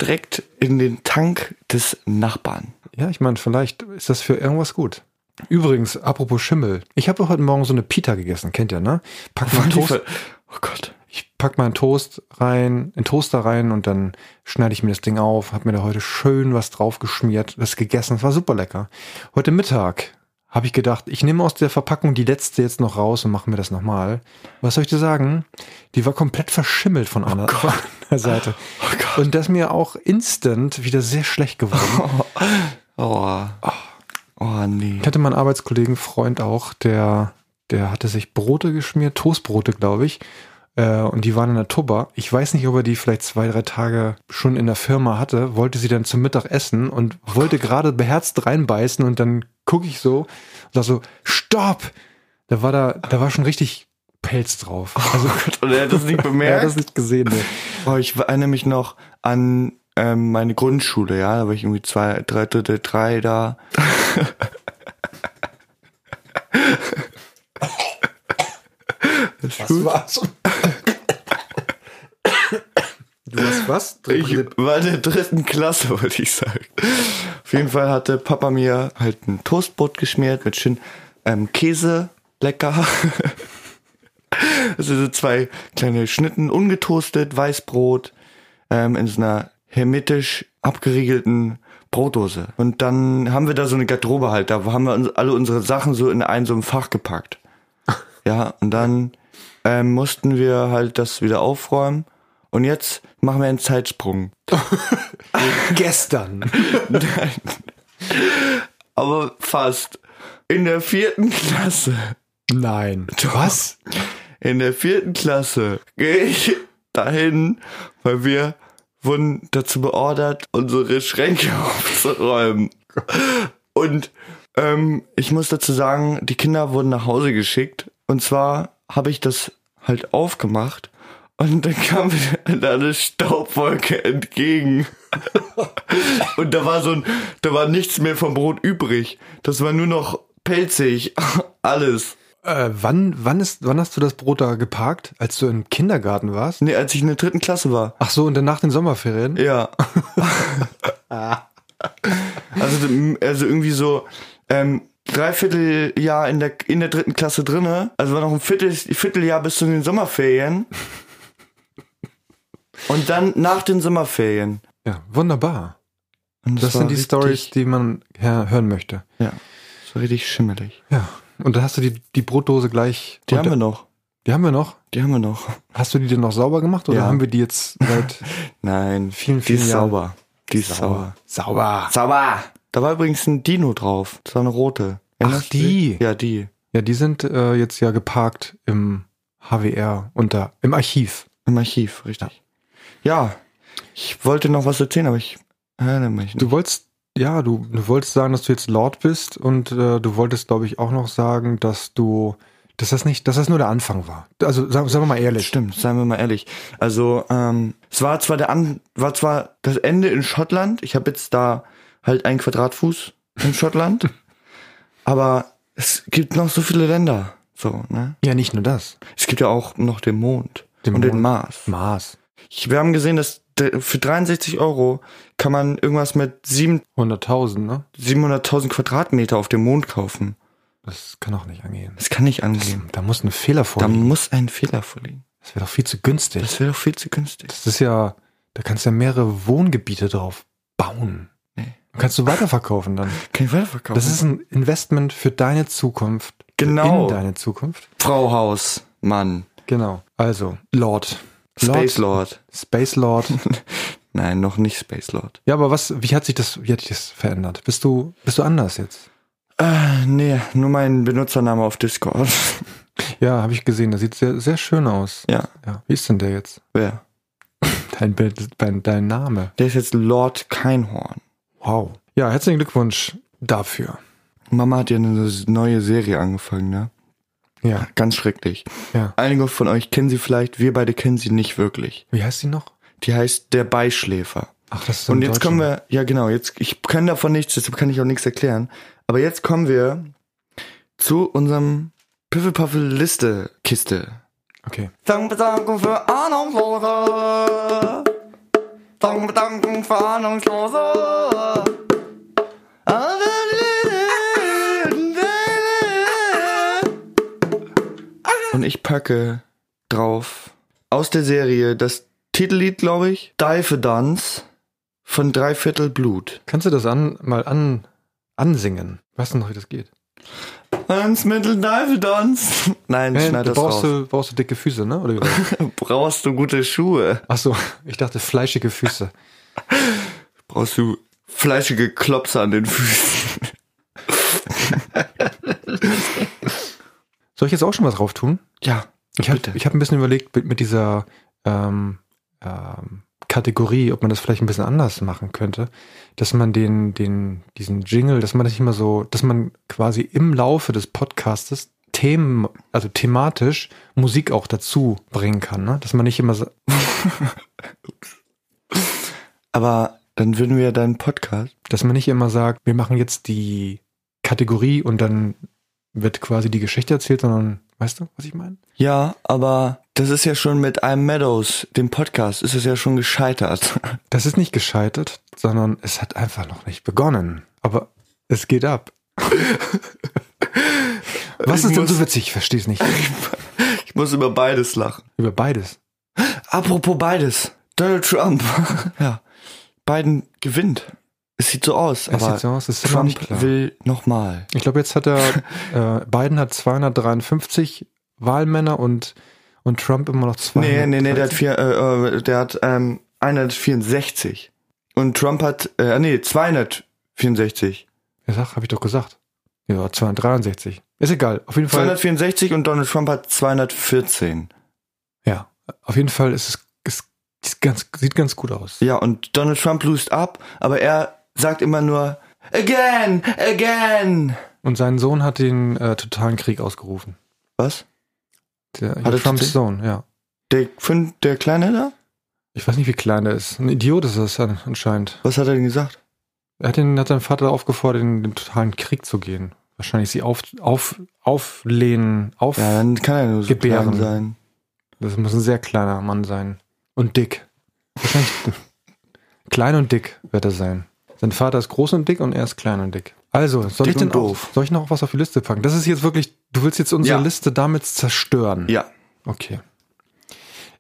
[SPEAKER 2] Direkt in den Tank des Nachbarn.
[SPEAKER 1] Ja, ich meine, vielleicht ist das für irgendwas gut. Übrigens, apropos Schimmel, ich habe heute Morgen so eine Pita gegessen, kennt ihr, ne? Pack mal Toast,
[SPEAKER 2] Oh Gott.
[SPEAKER 1] ich pack mal einen Toast rein, in Toaster rein und dann schneide ich mir das Ding auf, habe mir da heute schön was draufgeschmiert, das gegessen, das war super lecker. Heute Mittag habe ich gedacht, ich nehme aus der Verpackung die letzte jetzt noch raus und mache mir das nochmal. Was soll ich dir sagen? Die war komplett verschimmelt von
[SPEAKER 2] Oh
[SPEAKER 1] einer, von einer Seite. und das ist mir auch instant wieder sehr schlecht geworden.
[SPEAKER 2] Oh. Oh nee.
[SPEAKER 1] Ich hatte meinen Arbeitskollegen, Freund auch, der, der hatte sich Brote geschmiert, Toastbrote, glaube ich. Äh, und die waren in der Tubba. Ich weiß nicht, ob er die vielleicht zwei, drei Tage schon in der Firma hatte, wollte sie dann zum Mittag essen und wollte gerade beherzt reinbeißen und dann gucke ich so und sag so, stopp! Da war da, da war schon richtig Pelz drauf. Also
[SPEAKER 2] Und er Oh hat es nicht
[SPEAKER 1] er hat
[SPEAKER 2] bemerkt.
[SPEAKER 1] das nicht gesehen. Ne.
[SPEAKER 2] Oh, ich erinnere mich noch an ähm, meine Grundschule, ja, da war ich irgendwie zwei, drei, dritte, drei da.
[SPEAKER 1] Das war's. Du hast was?
[SPEAKER 2] Ich war in der dritten Klasse, würde ich sagen. Auf jeden Fall hatte Papa mir halt ein Toastbrot geschmiert mit schön ähm, Käse, lecker. Also so zwei kleine Schnitten, ungetoastet, Weißbrot, ähm, in so einer hermetisch abgeriegelten Brotdose. Und dann haben wir da so eine Garderobe halt, da haben wir uns alle unsere Sachen so in ein so ein Fach gepackt. Ja, und dann ähm, mussten wir halt das wieder aufräumen. Und jetzt machen wir einen Zeitsprung.
[SPEAKER 1] Gestern.
[SPEAKER 2] Nein. Aber fast. In der vierten Klasse.
[SPEAKER 1] Nein. Was?
[SPEAKER 2] in der vierten Klasse gehe ich dahin, weil wir wurden dazu beordert, unsere Schränke aufzuräumen. Und ähm, ich muss dazu sagen, die Kinder wurden nach Hause geschickt. Und zwar habe ich das halt aufgemacht. Und dann kam mir da eine Staubwolke entgegen. Und da war so ein, da war nichts mehr vom Brot übrig. Das war nur noch pelzig. Alles.
[SPEAKER 1] Äh, wann, wann, ist, wann hast du das Brot da geparkt? Als du im Kindergarten warst?
[SPEAKER 2] Nee, als ich in der dritten Klasse war.
[SPEAKER 1] Ach so, und dann nach den Sommerferien?
[SPEAKER 2] Ja. also, m- also irgendwie so ähm, dreiviertel Jahr in der in der dritten Klasse drinne. Also war noch ein Viertel, Vierteljahr bis zu den Sommerferien. Und dann nach den Sommerferien.
[SPEAKER 1] Ja, wunderbar.
[SPEAKER 2] Und
[SPEAKER 1] Das,
[SPEAKER 2] war
[SPEAKER 1] sind die
[SPEAKER 2] richtig-
[SPEAKER 1] Stories, die man ja, hören möchte.
[SPEAKER 2] Ja, das war richtig schimmelig.
[SPEAKER 1] Ja. Und dann hast du die, die Brotdose gleich.
[SPEAKER 2] Die
[SPEAKER 1] und-
[SPEAKER 2] haben wir noch.
[SPEAKER 1] die haben wir noch.
[SPEAKER 2] Die haben wir noch.
[SPEAKER 1] Hast du die denn noch sauber gemacht oder
[SPEAKER 2] Ja.
[SPEAKER 1] haben wir die jetzt seit
[SPEAKER 2] Nein,
[SPEAKER 1] Vielen,
[SPEAKER 2] die
[SPEAKER 1] vielen
[SPEAKER 2] ist
[SPEAKER 1] Jahren.
[SPEAKER 2] sauber. Die ist sauber.
[SPEAKER 1] Sauber.
[SPEAKER 2] Sauber! Da war übrigens ein Dino drauf. Das war eine rote.
[SPEAKER 1] Ach, die.
[SPEAKER 2] Ja, die.
[SPEAKER 1] Ja, die sind äh, jetzt ja geparkt im HWR unter im Archiv.
[SPEAKER 2] Im Archiv, richtig. Ja. Ich wollte noch was erzählen, aber ich erinnere mich nicht.
[SPEAKER 1] Du wolltest ja, du, du wolltest sagen, dass du jetzt Lord bist und äh, du wolltest, glaube ich, auch noch sagen, dass du, dass das nicht, dass das nur der Anfang war. Also sagen, sagen wir mal ehrlich.
[SPEAKER 2] Stimmt, seien wir mal ehrlich. Also, ähm, es war zwar der An war zwar das Ende in Schottland. Ich habe jetzt da halt einen Quadratfuß in Schottland. aber es gibt noch so viele Länder. So, ne?
[SPEAKER 1] Ja, nicht nur das.
[SPEAKER 2] Es gibt ja auch noch den Mond
[SPEAKER 1] Den
[SPEAKER 2] und den
[SPEAKER 1] Mond.
[SPEAKER 2] Mars.
[SPEAKER 1] Mars.
[SPEAKER 2] Ich, wir haben gesehen, dass d- für 63 Euro kann man irgendwas mit sieben-
[SPEAKER 1] 100.000, ne?
[SPEAKER 2] 700.000 Quadratmeter auf dem Mond kaufen.
[SPEAKER 1] Das kann auch nicht angehen.
[SPEAKER 2] Das kann nicht angehen.
[SPEAKER 1] Da muss ein Fehler
[SPEAKER 2] Da
[SPEAKER 1] vorliegen.
[SPEAKER 2] muss ein Fehler vorliegen.
[SPEAKER 1] Das wäre doch viel zu günstig.
[SPEAKER 2] Das wäre doch viel zu günstig.
[SPEAKER 1] Das ist ja, da kannst du ja mehrere Wohngebiete drauf bauen.
[SPEAKER 2] Nee.
[SPEAKER 1] Kannst du weiterverkaufen dann.
[SPEAKER 2] Kann ich weiterverkaufen.
[SPEAKER 1] Das ist ein Investment für deine Zukunft.
[SPEAKER 2] Genau.
[SPEAKER 1] In deine Zukunft.
[SPEAKER 2] Frau Haus, Mann.
[SPEAKER 1] Genau. Also, Lord.
[SPEAKER 2] Space Lord.
[SPEAKER 1] Space Lord.
[SPEAKER 2] Nein, noch nicht Space Lord.
[SPEAKER 1] ja, aber was, wie hat sich das, wie hat sich das verändert? Bist du, bist du anders jetzt?
[SPEAKER 2] Äh, nee, nur mein Benutzername auf Discord.
[SPEAKER 1] Ja, habe ich gesehen. Das sieht sehr, sehr schön aus.
[SPEAKER 2] ja,
[SPEAKER 1] Ja. Wie ist denn der jetzt?
[SPEAKER 2] wer?
[SPEAKER 1] Dein, Bild- dein, dein Name.
[SPEAKER 2] Der ist jetzt Lord Keinhorn.
[SPEAKER 1] Wow. Ja, herzlichen Glückwunsch dafür.
[SPEAKER 2] Mama hat ja eine neue Serie angefangen, ne?
[SPEAKER 1] Ja,
[SPEAKER 2] Ganz schrecklich.
[SPEAKER 1] ja.
[SPEAKER 2] Einige von euch kennen sie vielleicht, wir beide kennen sie nicht wirklich.
[SPEAKER 1] Wie heißt sie noch?
[SPEAKER 2] Die heißt Der Beischläfer.
[SPEAKER 1] Ach, das ist
[SPEAKER 2] Und jetzt kommen wir, ja genau, jetzt, ich kann davon nichts, deshalb kann ich auch nichts erklären. Aber jetzt kommen wir zu unserem Piffelpuffel-Liste-Kiste.
[SPEAKER 1] Okay.
[SPEAKER 2] Dank Bedankung für Ahnungslose. Dank Bedankung für Ahnungslose. Und ich packe drauf aus der Serie das Titellied, glaube ich, Die for Dance von Dreiviertel Blut.
[SPEAKER 1] Kannst du das an, mal an, ansingen? Weißt du noch, wie das geht?
[SPEAKER 2] Hans Mittel Die for Dance. Nein,
[SPEAKER 1] Äh,
[SPEAKER 2] schneid
[SPEAKER 1] du
[SPEAKER 2] das
[SPEAKER 1] brauchst
[SPEAKER 2] raus.
[SPEAKER 1] du, brauchst du dicke Füße, ne? Oder wie war das?
[SPEAKER 2] Brauchst du gute Schuhe?
[SPEAKER 1] Ach so, ich dachte fleischige Füße.
[SPEAKER 2] brauchst du fleischige Klopse an den Füßen.
[SPEAKER 1] Soll ich jetzt auch schon was drauf tun?
[SPEAKER 2] Ja,
[SPEAKER 1] Ich habe
[SPEAKER 2] Bitte.
[SPEAKER 1] hab ein bisschen überlegt mit, mit dieser ähm, ähm, Kategorie, ob man das vielleicht ein bisschen anders machen könnte, dass man den, den, diesen Jingle, dass man das nicht immer so, dass man quasi im Laufe des Podcastes Themen, also thematisch Musik auch dazu bringen kann, ne? Dass man nicht immer so,
[SPEAKER 2] aber dann würden wir deinen Podcast.
[SPEAKER 1] dass man nicht immer sagt, wir machen jetzt die Kategorie und dann wird quasi die Geschichte erzählt, sondern weißt du, was ich meine?
[SPEAKER 2] Ja, aber das ist ja schon mit I'm Meadows, dem Podcast, ist es ja schon gescheitert.
[SPEAKER 1] Das ist nicht gescheitert, sondern es hat einfach noch nicht begonnen. Aber es geht ab. Was
[SPEAKER 2] Ich
[SPEAKER 1] ist denn
[SPEAKER 2] muss-
[SPEAKER 1] so witzig? Ich verstehe es nicht.
[SPEAKER 2] Ich muss über beides lachen.
[SPEAKER 1] Über beides.
[SPEAKER 2] Apropos beides. Donald Trump. ja. Biden gewinnt. Es sieht so aus,
[SPEAKER 1] Es
[SPEAKER 2] aber
[SPEAKER 1] sieht so aus, es ist immer nicht
[SPEAKER 2] Trump
[SPEAKER 1] klar.
[SPEAKER 2] will nochmal.
[SPEAKER 1] Ich glaube, jetzt hat er, äh, Biden hat 253 Wahlmänner und, und Trump immer noch 200.
[SPEAKER 2] Nee, nee, nee, der hat, vier, äh, äh, der hat ähm, 164. Und Trump hat, äh, nee, 264.
[SPEAKER 1] Ja, sag, habe ich doch gesagt. Ja, 263. Ist egal. Auf jeden Fall.
[SPEAKER 2] 264 und Donald Trump hat 214.
[SPEAKER 1] Ja. Auf jeden Fall ist es, ist, ist ganz, sieht ganz gut aus.
[SPEAKER 2] Ja, und Donald Trump lust ab, aber er sagt immer nur Again, again.
[SPEAKER 1] Und sein Sohn hat den äh, totalen Krieg ausgerufen.
[SPEAKER 2] Was?
[SPEAKER 1] Der,
[SPEAKER 2] er
[SPEAKER 1] Trumps
[SPEAKER 2] tatsächlich-
[SPEAKER 1] Sohn, ja.
[SPEAKER 2] Der, fünf- der Kleine da?
[SPEAKER 1] Ich weiß nicht, wie klein er ist. Ein Idiot ist das an- anscheinend.
[SPEAKER 2] Was hat er denn gesagt?
[SPEAKER 1] Er hat, den, hat seinen Vater aufgefordert, in den totalen Krieg zu gehen. Wahrscheinlich sie auf, auf, auflehnen, auf.
[SPEAKER 2] Ja, dann kann er nur so
[SPEAKER 1] Gebären.
[SPEAKER 2] klein sein.
[SPEAKER 1] Das muss ein sehr kleiner Mann sein. Und dick. Wahrscheinlich klein und dick wird er sein. Sein Vater ist groß und dick und er ist klein und dick. Also, soll
[SPEAKER 2] Dick
[SPEAKER 1] ich denn
[SPEAKER 2] und doof.
[SPEAKER 1] Auch, soll ich noch was auf die Liste packen? Das ist jetzt wirklich, du willst jetzt unsere
[SPEAKER 2] Ja.
[SPEAKER 1] Liste damit zerstören.
[SPEAKER 2] Ja.
[SPEAKER 1] Okay.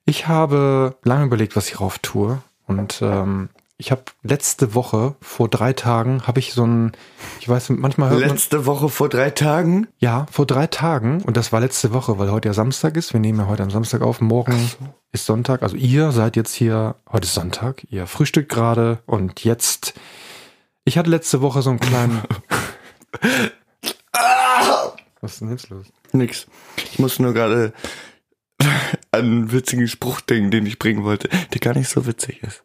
[SPEAKER 1] Ich habe lange überlegt, was ich rauf tue. Und ähm, ich habe letzte Woche, vor drei Tagen, habe ich so ein, ich weiß, manchmal hört man,
[SPEAKER 2] Letzte Woche vor drei Tagen.
[SPEAKER 1] ja, vor drei Tagen, und das war letzte Woche, weil heute ja Samstag ist. Wir nehmen ja heute am Samstag auf. Morgen ist Sonntag. Also ihr seid jetzt hier, heute ist Sonntag, ihr frühstückt gerade und jetzt. Ich hatte letzte Woche so einen kleinen.
[SPEAKER 2] Ah!
[SPEAKER 1] Was ist denn jetzt los?
[SPEAKER 2] Nix. Ich muss nur gerade an einen witzigen Spruch denken, den ich bringen wollte, der gar nicht so witzig ist.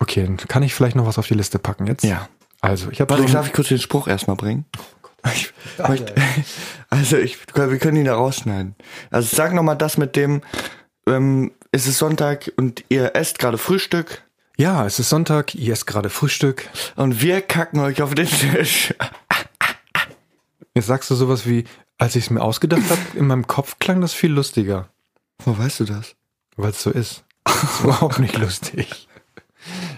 [SPEAKER 1] Okay, dann kann ich vielleicht noch was auf die Liste packen jetzt? Also, ich habe.
[SPEAKER 2] Warte,
[SPEAKER 1] so
[SPEAKER 2] darf
[SPEAKER 1] ein-
[SPEAKER 2] ich kurz den Spruch erstmal bringen?
[SPEAKER 1] Oh
[SPEAKER 2] Ich möchte, also ich, wir können ihn da rausschneiden. Also sag nochmal das mit dem, ähm, es ist Sonntag und ihr esst gerade Frühstück
[SPEAKER 1] Ja, es ist Sonntag, ihr esst gerade Frühstück.
[SPEAKER 2] und wir kacken euch auf den Tisch.
[SPEAKER 1] Jetzt sagst du sowas wie, als ich es mir ausgedacht habe, in meinem Kopf klang das viel lustiger.
[SPEAKER 2] Wo weißt du das?
[SPEAKER 1] Weil es so ist. Das ist überhaupt nicht lustig.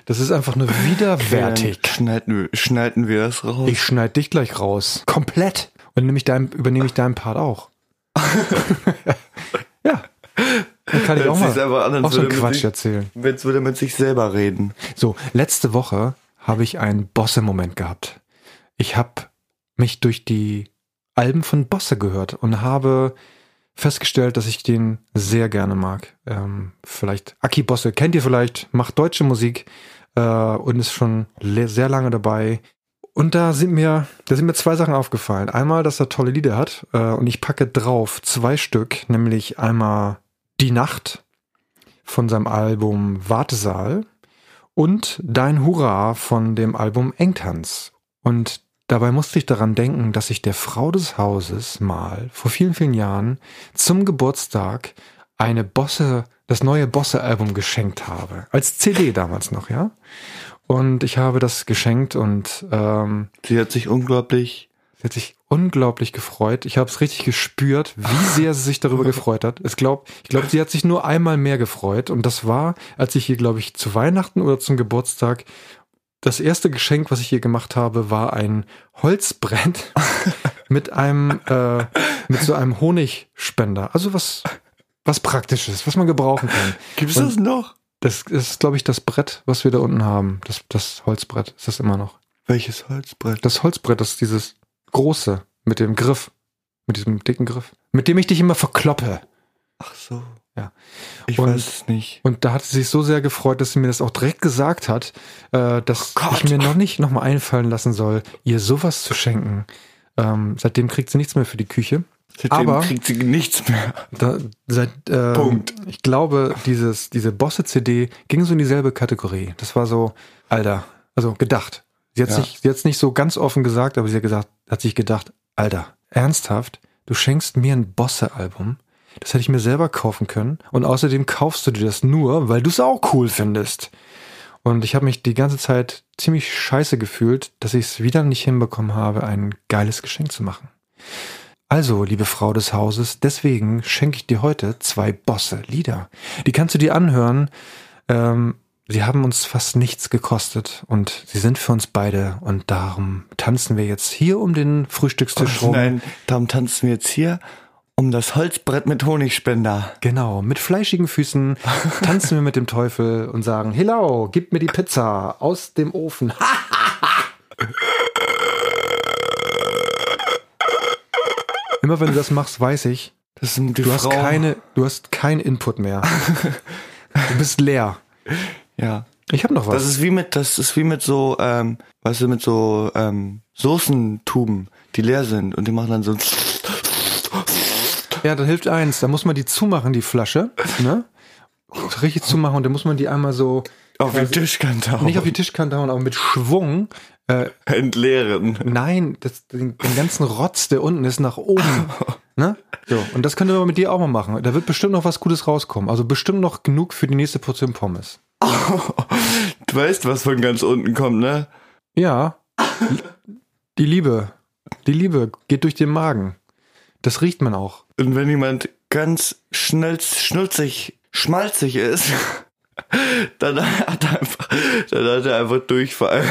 [SPEAKER 1] Das ist einfach nur widerwärtig.
[SPEAKER 2] Dann Schneiden, wir- schneiden wir das raus.
[SPEAKER 1] Ich schneide dich gleich raus. Komplett. Und nehme ich dein, übernehme ich deinen Part auch. ja. Dann kann ich
[SPEAKER 2] Hört
[SPEAKER 1] auch
[SPEAKER 2] sich's einfach an,
[SPEAKER 1] mal
[SPEAKER 2] als
[SPEAKER 1] auch so einen
[SPEAKER 2] würde man
[SPEAKER 1] Quatsch
[SPEAKER 2] sich-
[SPEAKER 1] erzählen.
[SPEAKER 2] Jetzt würde er mit sich selber reden.
[SPEAKER 1] So, letzte Woche habe ich einen Bosse-Moment gehabt. Ich habe mich durch die Alben von Bosse gehört und habe festgestellt, dass ich den sehr gerne mag. Ähm, vielleicht Aki Bosse kennt ihr vielleicht, macht deutsche Musik äh, und ist schon le- sehr lange dabei. Und da sind mir, da sind mir zwei Sachen aufgefallen. Einmal, dass er tolle Lieder hat äh, und ich packe drauf zwei Stück, nämlich einmal Die Nacht von seinem Album Wartesaal und Dein Hurra von dem Album Engtanz. Und dabei musste ich daran denken, dass ich der Frau des Hauses mal vor vielen, vielen Jahren zum Geburtstag eine Bosse, das neue Bosse-Album geschenkt habe. Als CD damals noch, ja? Und ich habe das geschenkt und ähm,
[SPEAKER 2] Sie hat sich unglaublich
[SPEAKER 1] Sie hat sich unglaublich gefreut. Ich habe es richtig gespürt, wie sehr sie sich darüber gefreut hat. Es glaub, ich glaube, sie hat sich nur einmal mehr gefreut. Und das war, als ich ihr, glaube ich, zu Weihnachten oder zum Geburtstag, das erste Geschenk, was ich ihr gemacht habe, war ein Holzbrett mit einem, äh, mit so einem Honigspender. Also was, was Praktisches, was man gebrauchen kann.
[SPEAKER 2] Gibt's
[SPEAKER 1] Und-
[SPEAKER 2] das noch?
[SPEAKER 1] Das ist, glaube ich, das Brett, was wir da unten haben. Das, das Holzbrett ist das immer noch.
[SPEAKER 2] Welches Holzbrett?
[SPEAKER 1] Das Holzbrett, das ist dieses große mit dem Griff, mit diesem dicken Griff, mit dem ich dich immer verkloppe.
[SPEAKER 2] Ach so.
[SPEAKER 1] Ja.
[SPEAKER 2] Ich
[SPEAKER 1] Und-
[SPEAKER 2] weiß es nicht.
[SPEAKER 1] Und da hat sie sich so sehr gefreut, dass sie mir das auch direkt gesagt hat, äh, dass
[SPEAKER 2] Oh Gott.
[SPEAKER 1] ich mir noch nicht nochmal einfallen lassen soll, ihr sowas zu schenken. Ähm, seitdem kriegt sie nichts mehr für die Küche.
[SPEAKER 2] Seitdem
[SPEAKER 1] aber-
[SPEAKER 2] kriegt sie nichts mehr.
[SPEAKER 1] Da, seit, ähm,
[SPEAKER 2] Punkt.
[SPEAKER 1] Ich glaube, dieses, diese Bosse-CD ging so in dieselbe Kategorie. Das war so, Alter, also gedacht. Sie hat
[SPEAKER 2] Ja.
[SPEAKER 1] sich jetzt nicht so ganz offen gesagt, aber sie hat, gesagt, hat sich gedacht, Alter, ernsthaft, du schenkst mir ein Bosse-Album. Das hätte ich mir selber kaufen können. Und außerdem kaufst du dir das nur, weil du es auch cool findest. Und ich habe mich die ganze Zeit ziemlich scheiße gefühlt, dass ich es wieder nicht hinbekommen habe, ein geiles Geschenk zu machen. Also, liebe Frau des Hauses, deswegen schenke ich dir heute zwei Bosse-Lieder. Die kannst du dir anhören. Ähm, sie haben uns fast nichts gekostet und sie sind für uns beide und darum tanzen wir jetzt hier um den Frühstückstisch rum.
[SPEAKER 2] Oh Nein, darum tanzen wir jetzt hier um das Holzbrett mit Honigspender.
[SPEAKER 1] Genau, mit fleischigen Füßen tanzen wir mit dem Teufel und sagen, Hello, gib mir die Pizza aus dem Ofen. Immer wenn du das machst, weiß ich,
[SPEAKER 2] Das sind die
[SPEAKER 1] du hast
[SPEAKER 2] Frau.
[SPEAKER 1] keine, du hast keinen Input mehr. Du bist leer.
[SPEAKER 2] Ja.
[SPEAKER 1] Ich habe noch was.
[SPEAKER 2] Das ist wie mit, das ist wie mit so, ähm, weißt du, mit so ähm, Soßentuben, die leer sind und die machen dann so.
[SPEAKER 1] Ja, dann hilft eins. Da muss man die zumachen, die Flasche. Ne? Richtig zumachen und dann muss man die einmal so
[SPEAKER 2] Auf den Tischkant hauen.
[SPEAKER 1] nicht auf die Tischkante hauen, aber mit Schwung. Äh,
[SPEAKER 2] Entleeren.
[SPEAKER 1] nein, das, den, den ganzen Rotz, der unten ist, nach oben. Ne? So, und das können wir mit dir auch mal machen. Da wird bestimmt noch was Gutes rauskommen. Also bestimmt noch genug für die nächste Portion Pommes.
[SPEAKER 2] Du weißt, was von ganz unten kommt, ne?
[SPEAKER 1] Ja. Die Liebe. Die Liebe geht durch den Magen. Das riecht man auch.
[SPEAKER 2] Und wenn jemand ganz schnell schnutzig, schmalzig ist, dann hat er einfach, dann hat er einfach Durchfall.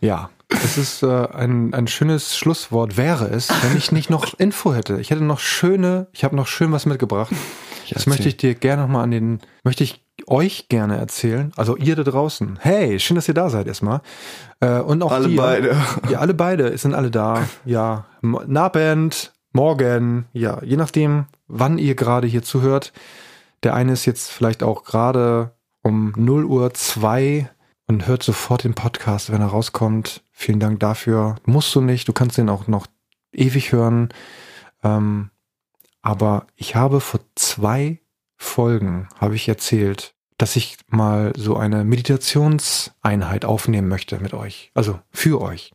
[SPEAKER 1] Ja, das ist äh, ein, ein schönes Schlusswort wäre es, wenn ich nicht noch Info hätte. Ich hätte noch schöne, ich habe noch schön was mitgebracht. Das
[SPEAKER 2] erzähl.
[SPEAKER 1] möchte ich dir gerne nochmal an den, möchte ich euch gerne erzählen. Also ihr da draußen. Hey, schön, dass ihr da seid erstmal. Äh, und auch
[SPEAKER 2] Alle
[SPEAKER 1] dir.
[SPEAKER 2] beide.
[SPEAKER 1] Ja, alle beide. Es sind alle da. Ja, M- Nabend, morgen. Ja, je nachdem, wann ihr gerade hier zuhört. Der eine ist jetzt vielleicht auch gerade um 0 Uhr 2 und hört sofort den Podcast, wenn er rauskommt. Vielen Dank dafür. Musst du nicht, du kannst den auch noch ewig hören. Ähm, aber ich habe vor zwei Folgen, habe ich erzählt, dass ich mal so eine Meditationseinheit aufnehmen möchte mit euch. Also für euch.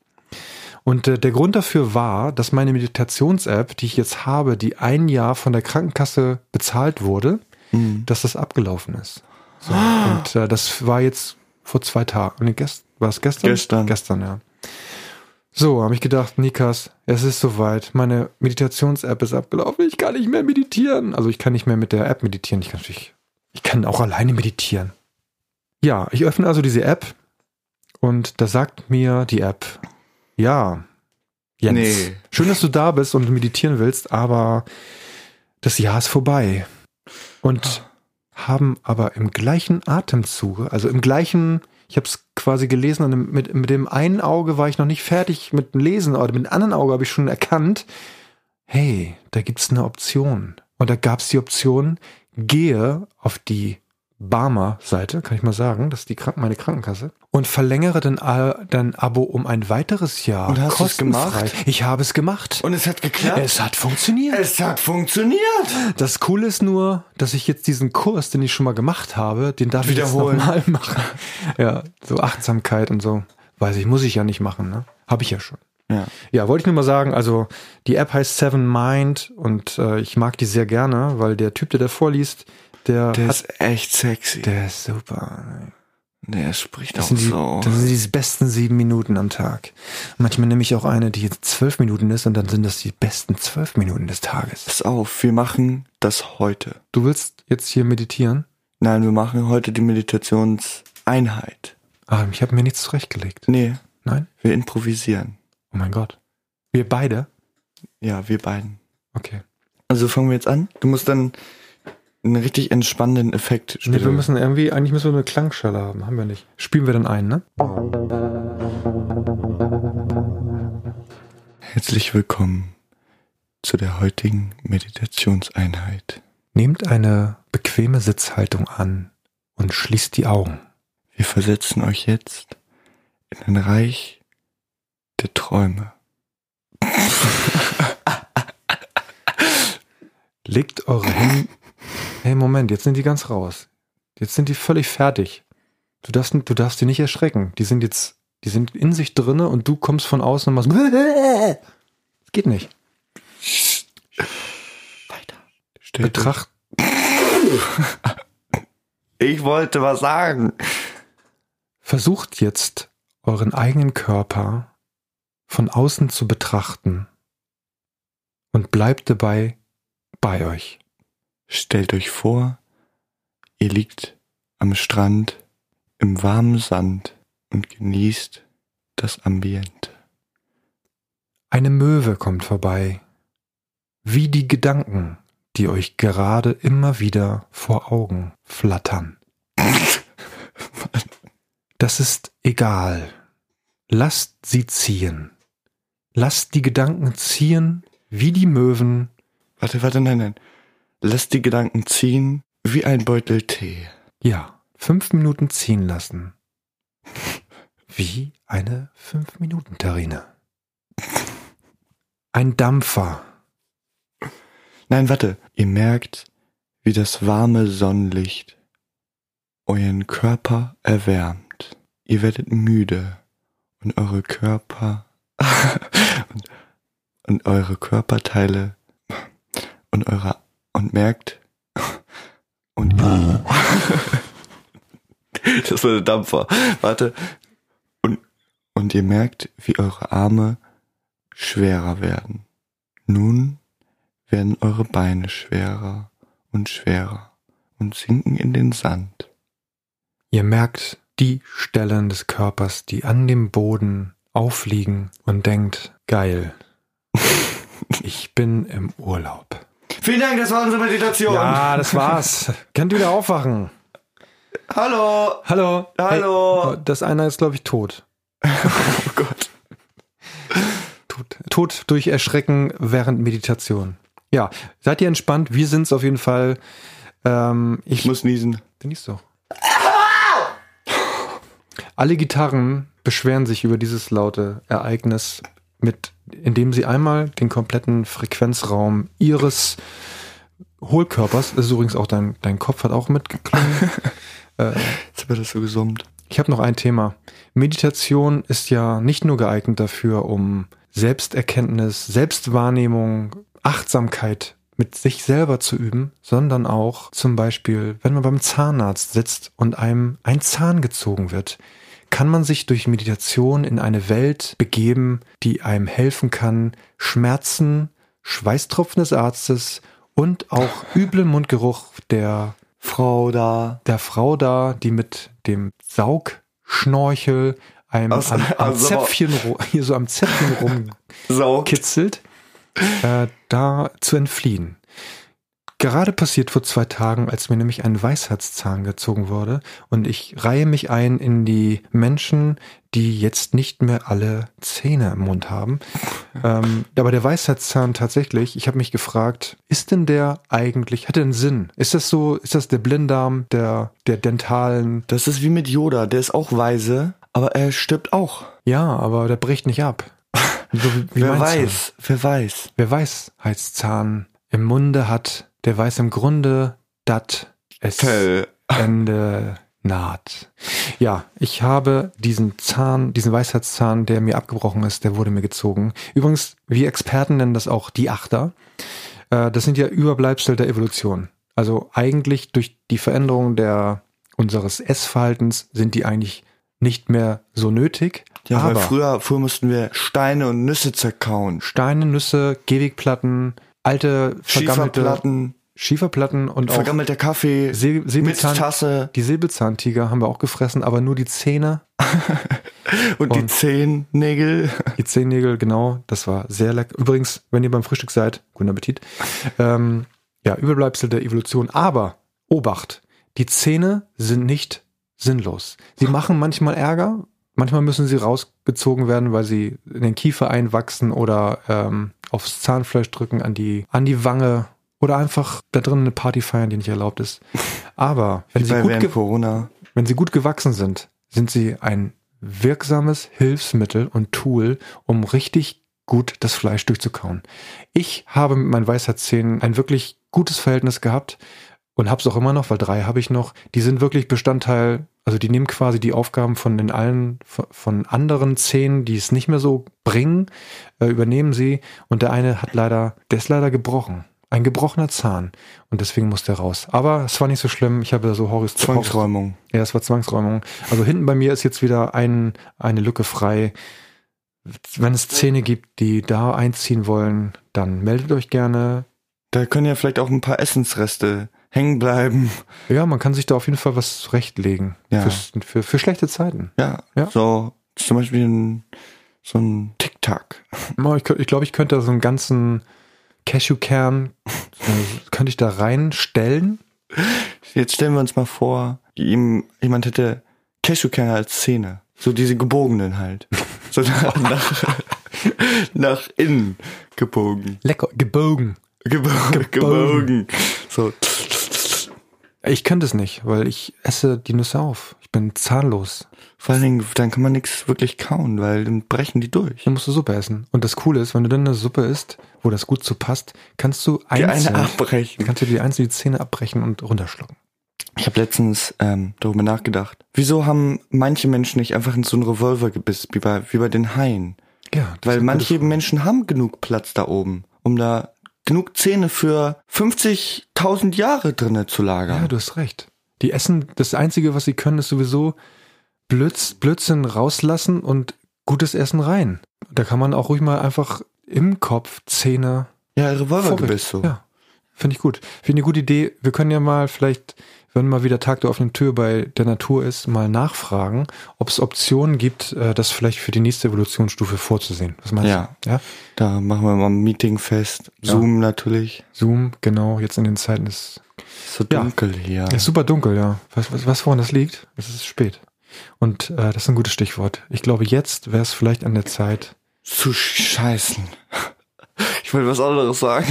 [SPEAKER 1] Und äh, der Grund dafür war, dass meine Meditations-App, die ich jetzt habe, die ein Jahr von der Krankenkasse bezahlt wurde,
[SPEAKER 2] Mhm.
[SPEAKER 1] dass das abgelaufen ist. So, und äh, das war jetzt vor zwei Tagen. Nee, gest war es gestern?
[SPEAKER 2] Gestern.
[SPEAKER 1] Gestern, ja. So, habe ich gedacht, Nikas, es ist soweit. Meine Meditations-App ist abgelaufen. Ich kann nicht mehr meditieren. Also ich kann nicht mehr mit der App meditieren. Ich kann natürlich, ich kann auch alleine meditieren. Ja, ich öffne also diese App und da sagt mir die App, ja, Jens,
[SPEAKER 2] Nee.
[SPEAKER 1] schön, dass du da bist und meditieren willst, aber das Jahr ist vorbei. Und haben aber im gleichen Atemzuge, also im gleichen, ich habe es quasi gelesen, und im- mit, mit dem einen Auge war ich noch nicht fertig mit dem Lesen, oder mit dem anderen Auge habe ich schon erkannt, hey, da gibt's eine Option. Und da gab's die Option, gehe auf die Barmer-Seite, kann ich mal sagen, das ist die Kranken meine Krankenkasse, und verlängere dein, A- dein Abo um ein weiteres Jahr.
[SPEAKER 2] Und hast du es
[SPEAKER 1] kostenfrei.
[SPEAKER 2] gemacht?
[SPEAKER 1] Ich habe es gemacht.
[SPEAKER 2] Und es hat geklappt.
[SPEAKER 1] es hat funktioniert.
[SPEAKER 2] Es hat funktioniert.
[SPEAKER 1] Das Coole ist nur, dass ich jetzt diesen Kurs, den ich schon mal gemacht habe, den darf
[SPEAKER 2] Wiederholen.
[SPEAKER 1] ich jetzt nochmal machen. Ja, so Achtsamkeit und so. Weiß ich, muss ich ja nicht machen, ne? Habe ich ja schon.
[SPEAKER 2] Ja.
[SPEAKER 1] Ja, wollte ich nur mal sagen, also die App heißt Seven Mind und äh, ich mag die sehr gerne, weil der Typ, der da vorliest, der,
[SPEAKER 2] Der
[SPEAKER 1] hat,
[SPEAKER 2] ist echt sexy.
[SPEAKER 1] der ist super.
[SPEAKER 2] Der spricht
[SPEAKER 1] Das
[SPEAKER 2] auch
[SPEAKER 1] sind, die,
[SPEAKER 2] so.
[SPEAKER 1] das sind die besten sieben Minuten am Tag. Manchmal nehme ich auch eine, die jetzt zwölf Minuten ist und dann sind das die besten zwölf Minuten des Tages.
[SPEAKER 2] Pass auf, wir machen das heute.
[SPEAKER 1] Du willst jetzt hier meditieren?
[SPEAKER 2] Nein, wir machen heute die Meditationseinheit.
[SPEAKER 1] Ah, ich habe mir nichts zurechtgelegt.
[SPEAKER 2] Nee,
[SPEAKER 1] Nein?
[SPEAKER 2] wir improvisieren.
[SPEAKER 1] Oh mein Gott. Wir beide?
[SPEAKER 2] Ja, wir beiden.
[SPEAKER 1] Okay.
[SPEAKER 2] Also fangen wir jetzt an. Du musst dann einen richtig entspannenden Effekt spielen.
[SPEAKER 1] Nee, wir müssen irgendwie, eigentlich müssen wir eine Klangschale haben. Haben wir nicht. Spielen wir dann ein, ne?
[SPEAKER 2] Herzlich willkommen zu der heutigen Meditationseinheit.
[SPEAKER 1] Nehmt eine bequeme Sitzhaltung an und schließt die Augen.
[SPEAKER 2] Wir versetzen euch jetzt in ein Reich der Träume.
[SPEAKER 1] Legt eure Hände. Hey, Moment, jetzt sind die ganz raus. Jetzt sind die völlig fertig. Du darfst, du darfst die nicht erschrecken. Die sind jetzt, die sind in sich drinne und du kommst von außen und machst. Das geht nicht.
[SPEAKER 2] Stellt euch-
[SPEAKER 1] Betracht,
[SPEAKER 2] Ich wollte was sagen.
[SPEAKER 1] Versucht jetzt, euren eigenen Körper von außen zu betrachten und bleibt dabei bei euch.
[SPEAKER 2] Stellt euch vor, ihr liegt am Strand im warmen Sand und genießt das Ambiente.
[SPEAKER 1] Eine Möwe kommt vorbei, wie die Gedanken, die euch gerade immer wieder vor Augen flattern. Das ist egal. Lasst sie ziehen. Lasst die Gedanken ziehen, wie die Möwen
[SPEAKER 2] Warte, warte, nein, nein. Lasst die Gedanken ziehen wie ein Beutel Tee.
[SPEAKER 1] Ja, fünf Minuten ziehen lassen. wie eine 5-Minuten-Terrine. Ein Dampfer.
[SPEAKER 2] Nein, warte. Ihr merkt, wie das warme Sonnenlicht euren Körper erwärmt. Ihr werdet müde und eure Körper und, und eure Körperteile und eure und merkt und ihr, das war der Dampfer. Warte und und ihr merkt, wie eure Arme schwerer werden. Nun werden eure Beine schwerer und schwerer und sinken in den Sand.
[SPEAKER 1] Ihr merkt die Stellen des Körpers, die an dem Boden aufliegen und denkt, geil, ich bin im Urlaub.
[SPEAKER 2] Vielen Dank, das war unsere Meditation.
[SPEAKER 1] Ja, das war's. Könnt ihr wieder aufwachen.
[SPEAKER 2] Hallo.
[SPEAKER 1] Hallo.
[SPEAKER 2] Hallo.
[SPEAKER 1] Hey, das einer ist, glaube ich, tot.
[SPEAKER 2] Oh Gott.
[SPEAKER 1] tot. Tot durch Erschrecken während Meditation. Ja, seid ihr entspannt? Wir sind's auf jeden Fall. Ähm,
[SPEAKER 2] Ich muss niesen.
[SPEAKER 1] Genieß doch. Alle Gitarren beschweren sich über dieses laute Ereignis, mit, indem sie einmal den kompletten Frequenzraum ihres Hohlkörpers, das ist übrigens auch dein, dein Kopf hat auch mitgeklungen. äh,
[SPEAKER 2] Jetzt wird das so gesummt.
[SPEAKER 1] ich habe noch ein Thema. Meditation ist ja nicht nur geeignet dafür, um Selbsterkenntnis, Selbstwahrnehmung, Achtsamkeit mit sich selber zu üben, sondern auch zum Beispiel, wenn man beim Zahnarzt sitzt und einem ein Zahn gezogen wird, kann man sich durch Meditation in eine Welt begeben, die einem helfen kann, Schmerzen, Schweißtropfen des Arztes und auch üblen Mundgeruch der
[SPEAKER 2] Frau da.
[SPEAKER 1] der Frau da, die mit dem Saugschnorchel einem
[SPEAKER 2] Aus-
[SPEAKER 1] am, am
[SPEAKER 2] also-
[SPEAKER 1] Zäpfchen, ru- hier so am Zäpfchen rumkitzelt,
[SPEAKER 2] Saugt.
[SPEAKER 1] äh, da zu entfliehen. Gerade passiert vor zwei Tagen, als mir nämlich ein Weisheitszahn gezogen wurde und ich reihe mich ein in die Menschen, die jetzt nicht mehr alle Zähne im Mund haben. Ähm, aber der Weisheitszahn tatsächlich, ich habe mich gefragt, ist denn der eigentlich, hat er einen Sinn? Ist das so, ist das der Blinddarm der, der dentalen?
[SPEAKER 2] Das ist wie mit Yoda. Der ist auch weise, aber er stirbt auch.
[SPEAKER 1] Ja, aber der bricht nicht ab. So, wie- wie
[SPEAKER 2] Wer
[SPEAKER 1] meinst du?
[SPEAKER 2] weiß? Wer weiß?
[SPEAKER 1] Wer Weisheitszahn im Munde hat, der weiß im Grunde, dat es Ende naht. Ja, ich habe diesen Zahn, diesen Weisheitszahn, der mir abgebrochen ist, der wurde mir gezogen. Übrigens, wir Experten nennen das auch die Achter. Äh, Das sind ja Überbleibsel der Evolution. Also eigentlich durch die Veränderung der, unseres Essverhaltens sind die eigentlich nicht mehr so nötig.
[SPEAKER 2] Ja,
[SPEAKER 1] aber
[SPEAKER 2] weil früher, früher mussten wir Steine und Nüsse zerkauen.
[SPEAKER 1] Steine, Nüsse, Gehwegplatten, alte vergammelte
[SPEAKER 2] Schieferplatten,
[SPEAKER 1] Schieferplatten und auch
[SPEAKER 2] vergammelter Kaffee,
[SPEAKER 1] Se
[SPEAKER 2] mit
[SPEAKER 1] Säbelzahn
[SPEAKER 2] Tasse
[SPEAKER 1] die Säbelzahntiger haben wir auch gefressen, aber nur die Zähne,
[SPEAKER 2] und die
[SPEAKER 1] und-
[SPEAKER 2] Zehennägel.
[SPEAKER 1] die Zehennägel, genau. Das war sehr lecker. Übrigens, wenn ihr beim Frühstück seid, guten Appetit. Ähm, ja, Überbleibsel der Evolution. Aber, Obacht, die Zähne sind nicht sinnlos. Sie machen manchmal Ärger. Manchmal müssen sie rausgezogen werden, weil sie in den Kiefer einwachsen oder ähm, aufs Zahnfleisch drücken, an die, an die Wange oder einfach da drin eine Party feiern, die nicht erlaubt ist. Aber wenn sie
[SPEAKER 2] Bei
[SPEAKER 1] gut,
[SPEAKER 2] während
[SPEAKER 1] ge
[SPEAKER 2] Corona.
[SPEAKER 1] Wenn sie gut gewachsen sind, sind sie ein wirksames Hilfsmittel und Tool, um richtig gut das Fleisch durchzukauen. Ich habe mit meinen Weisheitszähnen ein wirklich gutes Verhältnis gehabt und habe es auch immer noch, weil drei habe ich noch. Die sind wirklich Bestandteil, also die nehmen quasi die Aufgaben von den allen, von- von anderen Zähnen, die es nicht mehr so bringen, äh, übernehmen sie. Und der eine hat leider, der ist leider gebrochen. Ein gebrochener Zahn. Und deswegen musste er raus. Aber es war nicht so schlimm. Ich habe da so Horus
[SPEAKER 2] Zwangsräumung.
[SPEAKER 1] ja, das war Zwangsräumung. Also hinten bei mir ist jetzt wieder ein, eine Lücke frei. Wenn es Zähne gibt, die da einziehen wollen, dann meldet euch gerne.
[SPEAKER 2] Da können ja vielleicht auch ein paar Essensreste hängen bleiben.
[SPEAKER 1] Ja, man kann sich da auf jeden Fall was zurechtlegen.
[SPEAKER 2] Ja.
[SPEAKER 1] Fürs, für, für schlechte Zeiten.
[SPEAKER 2] Ja,
[SPEAKER 1] Ja.
[SPEAKER 2] so zum Beispiel ein, so ein Tic-Tac.
[SPEAKER 1] Oh, Ich, kö- ich glaube, ich könnte da so einen ganzen Cashewkern, äh, könnte ich da reinstellen.
[SPEAKER 2] Jetzt stellen wir uns mal vor, ihm, jemand hätte Cashewkerne als Zähne. So diese gebogenen halt. So nach, nach, nach innen gebogen.
[SPEAKER 1] Lecker, gebogen.
[SPEAKER 2] Gebo gebogen. So.
[SPEAKER 1] Ich könnte es nicht, weil ich esse die Nüsse auf. Ich bin zahnlos.
[SPEAKER 2] Vor allen Dingen, dann kann man nichts wirklich kauen, weil dann brechen die durch.
[SPEAKER 1] Dann musst du Suppe essen. Und das Coole ist, wenn du dann eine Suppe isst, wo das gut zu passt, kannst du
[SPEAKER 2] Die
[SPEAKER 1] einzeln,
[SPEAKER 2] eine abbrechen.
[SPEAKER 1] kannst du dir einzeln die Zähne abbrechen und runterschlucken.
[SPEAKER 2] Ich habe letztens ähm, darüber nachgedacht. Wieso haben manche Menschen nicht einfach in so einen Revolver gebissen, wie bei, wie bei den Haien?
[SPEAKER 1] Ja. das ist
[SPEAKER 2] Weil
[SPEAKER 1] eine
[SPEAKER 2] manche
[SPEAKER 1] gute Frage.
[SPEAKER 2] Menschen haben genug Platz da oben, um da genug Zähne für 50.000 Jahre drinnen zu lagern.
[SPEAKER 1] Ja, du hast recht. Die essen, das Einzige, was sie können, ist sowieso Blöds, Blödsinn rauslassen und gutes Essen rein. Da kann man auch ruhig mal einfach im Kopf Zähne
[SPEAKER 2] Ja,
[SPEAKER 1] Vorbild.
[SPEAKER 2] Revolvergebiss so.
[SPEAKER 1] Ja, finde ich gut. Finde eine gute Idee. Wir können ja mal vielleicht, wenn mal wieder Tag der offenen Tür bei der Natur ist, mal nachfragen, ob es Optionen gibt, äh, das vielleicht für die nächste Evolutionsstufe vorzusehen. Was meinst
[SPEAKER 2] Ja.
[SPEAKER 1] du? Ja.
[SPEAKER 2] Da machen wir mal ein Meeting fest.
[SPEAKER 1] Ja.
[SPEAKER 2] Zoom natürlich.
[SPEAKER 1] Zoom, genau, jetzt in den Zeiten ist,
[SPEAKER 2] Ist so
[SPEAKER 1] Ja.
[SPEAKER 2] dunkel hier.
[SPEAKER 1] ist super dunkel, ja. Was, was, was woran das liegt? Es ist spät. Und äh, das ist ein gutes Stichwort. Ich glaube, jetzt wäre es vielleicht an der Zeit.
[SPEAKER 2] Zu scheißen. Ich wollte was anderes sagen.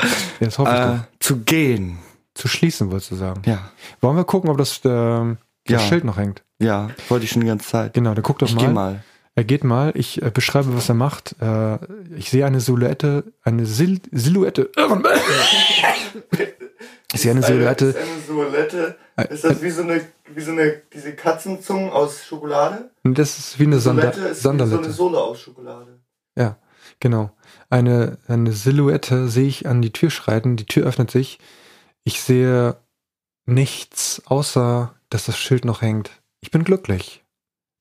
[SPEAKER 1] Ja, das hoffe ich
[SPEAKER 2] Äh,
[SPEAKER 1] doch.
[SPEAKER 2] zu gehen.
[SPEAKER 1] Zu schließen, wolltest du sagen.
[SPEAKER 2] Ja.
[SPEAKER 1] Wollen wir gucken, ob das, ähm, das
[SPEAKER 2] Ja.
[SPEAKER 1] Schild noch hängt?
[SPEAKER 2] Ja, wollte ich schon die ganze Zeit.
[SPEAKER 1] Genau, dann guck doch
[SPEAKER 2] Ich geh mal.
[SPEAKER 1] Er geht mal, ich äh, beschreibe, was er macht. Äh, ich sehe eine Silhouette, eine Sil Silhouette. ich sehe eine
[SPEAKER 2] Ist
[SPEAKER 1] Silhouette. Äh,
[SPEAKER 2] eine Silhouette. Ist das wie so eine, wie so eine, diese Katzenzungen aus Schokolade?
[SPEAKER 1] Und das ist wie eine Sander
[SPEAKER 2] Silhouette ist wie so eine
[SPEAKER 1] Sanderlette.
[SPEAKER 2] Sohle aus Schokolade.
[SPEAKER 1] ja, genau. Eine, eine Silhouette sehe ich an die Tür schreiten. Die Tür öffnet sich. Ich sehe nichts, außer dass das Schild noch hängt. Ich bin glücklich.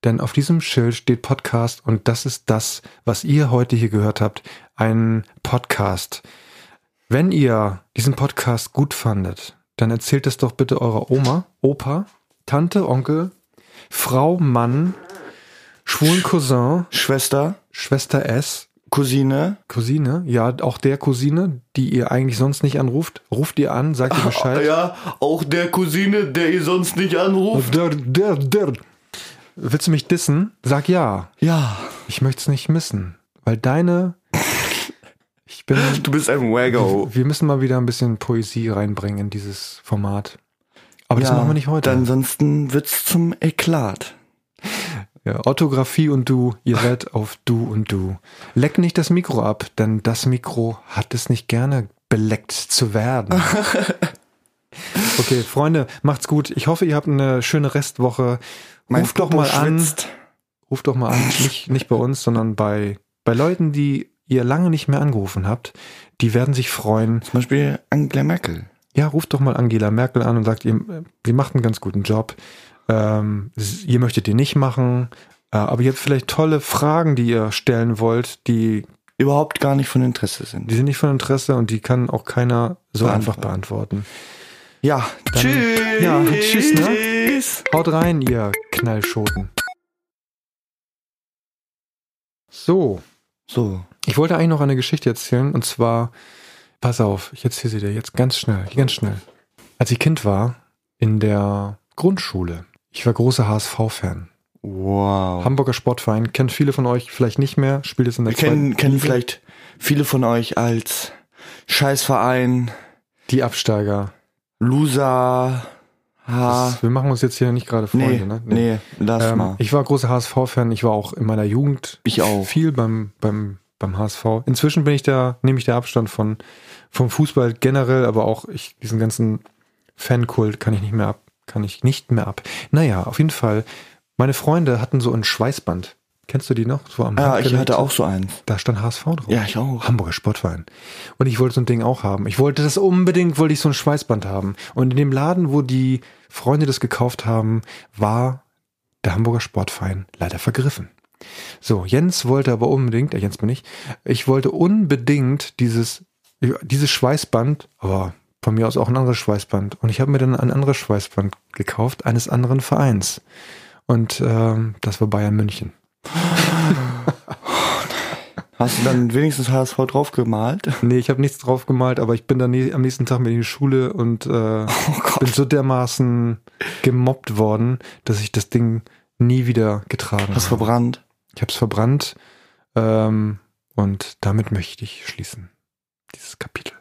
[SPEAKER 1] Denn auf diesem Schild steht Podcast und das ist das, was ihr heute hier gehört habt. Ein Podcast. Wenn ihr diesen Podcast gut fandet, dann erzählt es doch bitte eurer Oma, Opa, Tante, Onkel, Frau, Mann, schwulen Cousin,
[SPEAKER 2] Schwester,
[SPEAKER 1] Schwester S,
[SPEAKER 2] Cousine.
[SPEAKER 1] Cousine, ja, auch der Cousine, die ihr eigentlich sonst nicht anruft, ruft ihr an, sagt ihr Bescheid.
[SPEAKER 2] Ja, auch der Cousine, der ihr sonst nicht anruft.
[SPEAKER 1] Der, der, der. Willst du mich dissen? Sag ja.
[SPEAKER 2] Ja,
[SPEAKER 1] Ich möchte es nicht missen. Weil deine. Ich bin.
[SPEAKER 2] du bist ein Waggo.
[SPEAKER 1] Wir müssen mal wieder ein bisschen Poesie reinbringen in dieses Format. Aber das
[SPEAKER 2] ja,
[SPEAKER 1] machen wir nicht heute.
[SPEAKER 2] Dann ansonsten wird's zum Eklat.
[SPEAKER 1] Ja, Orthographie und du, ihr seid auf du und du. Leck nicht das Mikro ab, denn das Mikro hat es nicht gerne beleckt zu werden. Okay, Freunde, macht's gut. Ich hoffe, ihr habt eine schöne Restwoche.
[SPEAKER 2] Mein
[SPEAKER 1] Ruft doch
[SPEAKER 2] Popo
[SPEAKER 1] mal an.
[SPEAKER 2] schwitzt.
[SPEAKER 1] Ruft doch mal an, nicht, nicht bei uns, sondern bei, bei Leuten, die ihr lange nicht mehr angerufen habt. Die werden sich freuen.
[SPEAKER 2] Zum Beispiel Angela Merkel.
[SPEAKER 1] Ja, ruft doch mal Angela Merkel an und sagt ihr, äh, ihr macht einen ganz guten Job. Ähm, s- ihr möchtet den nicht machen. Äh, aber ihr habt vielleicht tolle Fragen, die ihr stellen wollt, die,
[SPEAKER 2] Überhaupt gar nicht von Interesse sind.
[SPEAKER 1] die sind nicht von Interesse und die kann auch keiner so
[SPEAKER 2] Beantworten.
[SPEAKER 1] einfach beantworten.
[SPEAKER 2] Ja, tschüss.
[SPEAKER 1] Ja, tschüss,
[SPEAKER 2] ne?
[SPEAKER 1] Haut rein, ihr Knallschoten. So,
[SPEAKER 2] So.
[SPEAKER 1] ich wollte eigentlich noch eine Geschichte erzählen und zwar, pass auf, ich erzähle sie dir jetzt ganz schnell, ganz schnell. Als ich Kind war, in der Grundschule, ich war großer HSV-Fan.
[SPEAKER 2] Wow.
[SPEAKER 1] Hamburger Sportverein, kennt viele von euch vielleicht nicht mehr, spielt jetzt in der
[SPEAKER 2] Oh. Wir kennen, kennen vielleicht viele von euch als Scheißverein,
[SPEAKER 1] die Absteiger.
[SPEAKER 2] Loser,
[SPEAKER 1] Das
[SPEAKER 2] Ha.
[SPEAKER 1] ist, wir machen uns jetzt hier nicht gerade
[SPEAKER 2] Ah. Nee,
[SPEAKER 1] Freunde, ne?
[SPEAKER 2] nee, lass
[SPEAKER 1] Ähm,
[SPEAKER 2] mal.
[SPEAKER 1] ich war großer HSV-Fan, ich war auch in meiner Jugend
[SPEAKER 2] Ich auch.
[SPEAKER 1] viel beim, beim, beim HSV. Inzwischen bin ich da, nehme ich da Abstand von, vom Fußball generell, aber auch ich, diesen ganzen Fankult kann ich nicht mehr ab, kann ich nicht mehr ab. Naja, auf jeden Fall, meine Freunde hatten so ein Schweißband. Kennst du die noch? So am
[SPEAKER 2] ja, ich
[SPEAKER 1] Handgelenk?
[SPEAKER 2] hatte auch so eins.
[SPEAKER 1] Da stand HSV drauf.
[SPEAKER 2] Ja, ich auch.
[SPEAKER 1] Hamburger Sportverein. Und ich wollte so ein Ding auch haben. Ich wollte das unbedingt, wollte ich so ein Schweißband haben. Und in dem Laden, wo die Freunde das gekauft haben, war der Hamburger Sportverein leider vergriffen. So, Jens wollte aber unbedingt, äh, Jens bin ich, ich wollte unbedingt dieses, dieses Schweißband, aber von mir aus auch ein anderes Schweißband. Und ich habe mir dann ein anderes Schweißband gekauft, eines anderen Vereins. Und ähm, das war Bayern München.
[SPEAKER 2] Hast du dann wenigstens HSV drauf gemalt?
[SPEAKER 1] Nee, ich habe nichts drauf gemalt, aber ich bin dann nie- am nächsten Tag mit in die Schule und äh,
[SPEAKER 2] Oh
[SPEAKER 1] bin
[SPEAKER 2] Gott.
[SPEAKER 1] so dermaßen gemobbt worden, dass ich das Ding nie wieder getragen
[SPEAKER 2] Hast
[SPEAKER 1] habe.
[SPEAKER 2] verbrannt.
[SPEAKER 1] Ich habe es verbrannt ähm, und damit möchte ich schließen. Dieses Kapitel.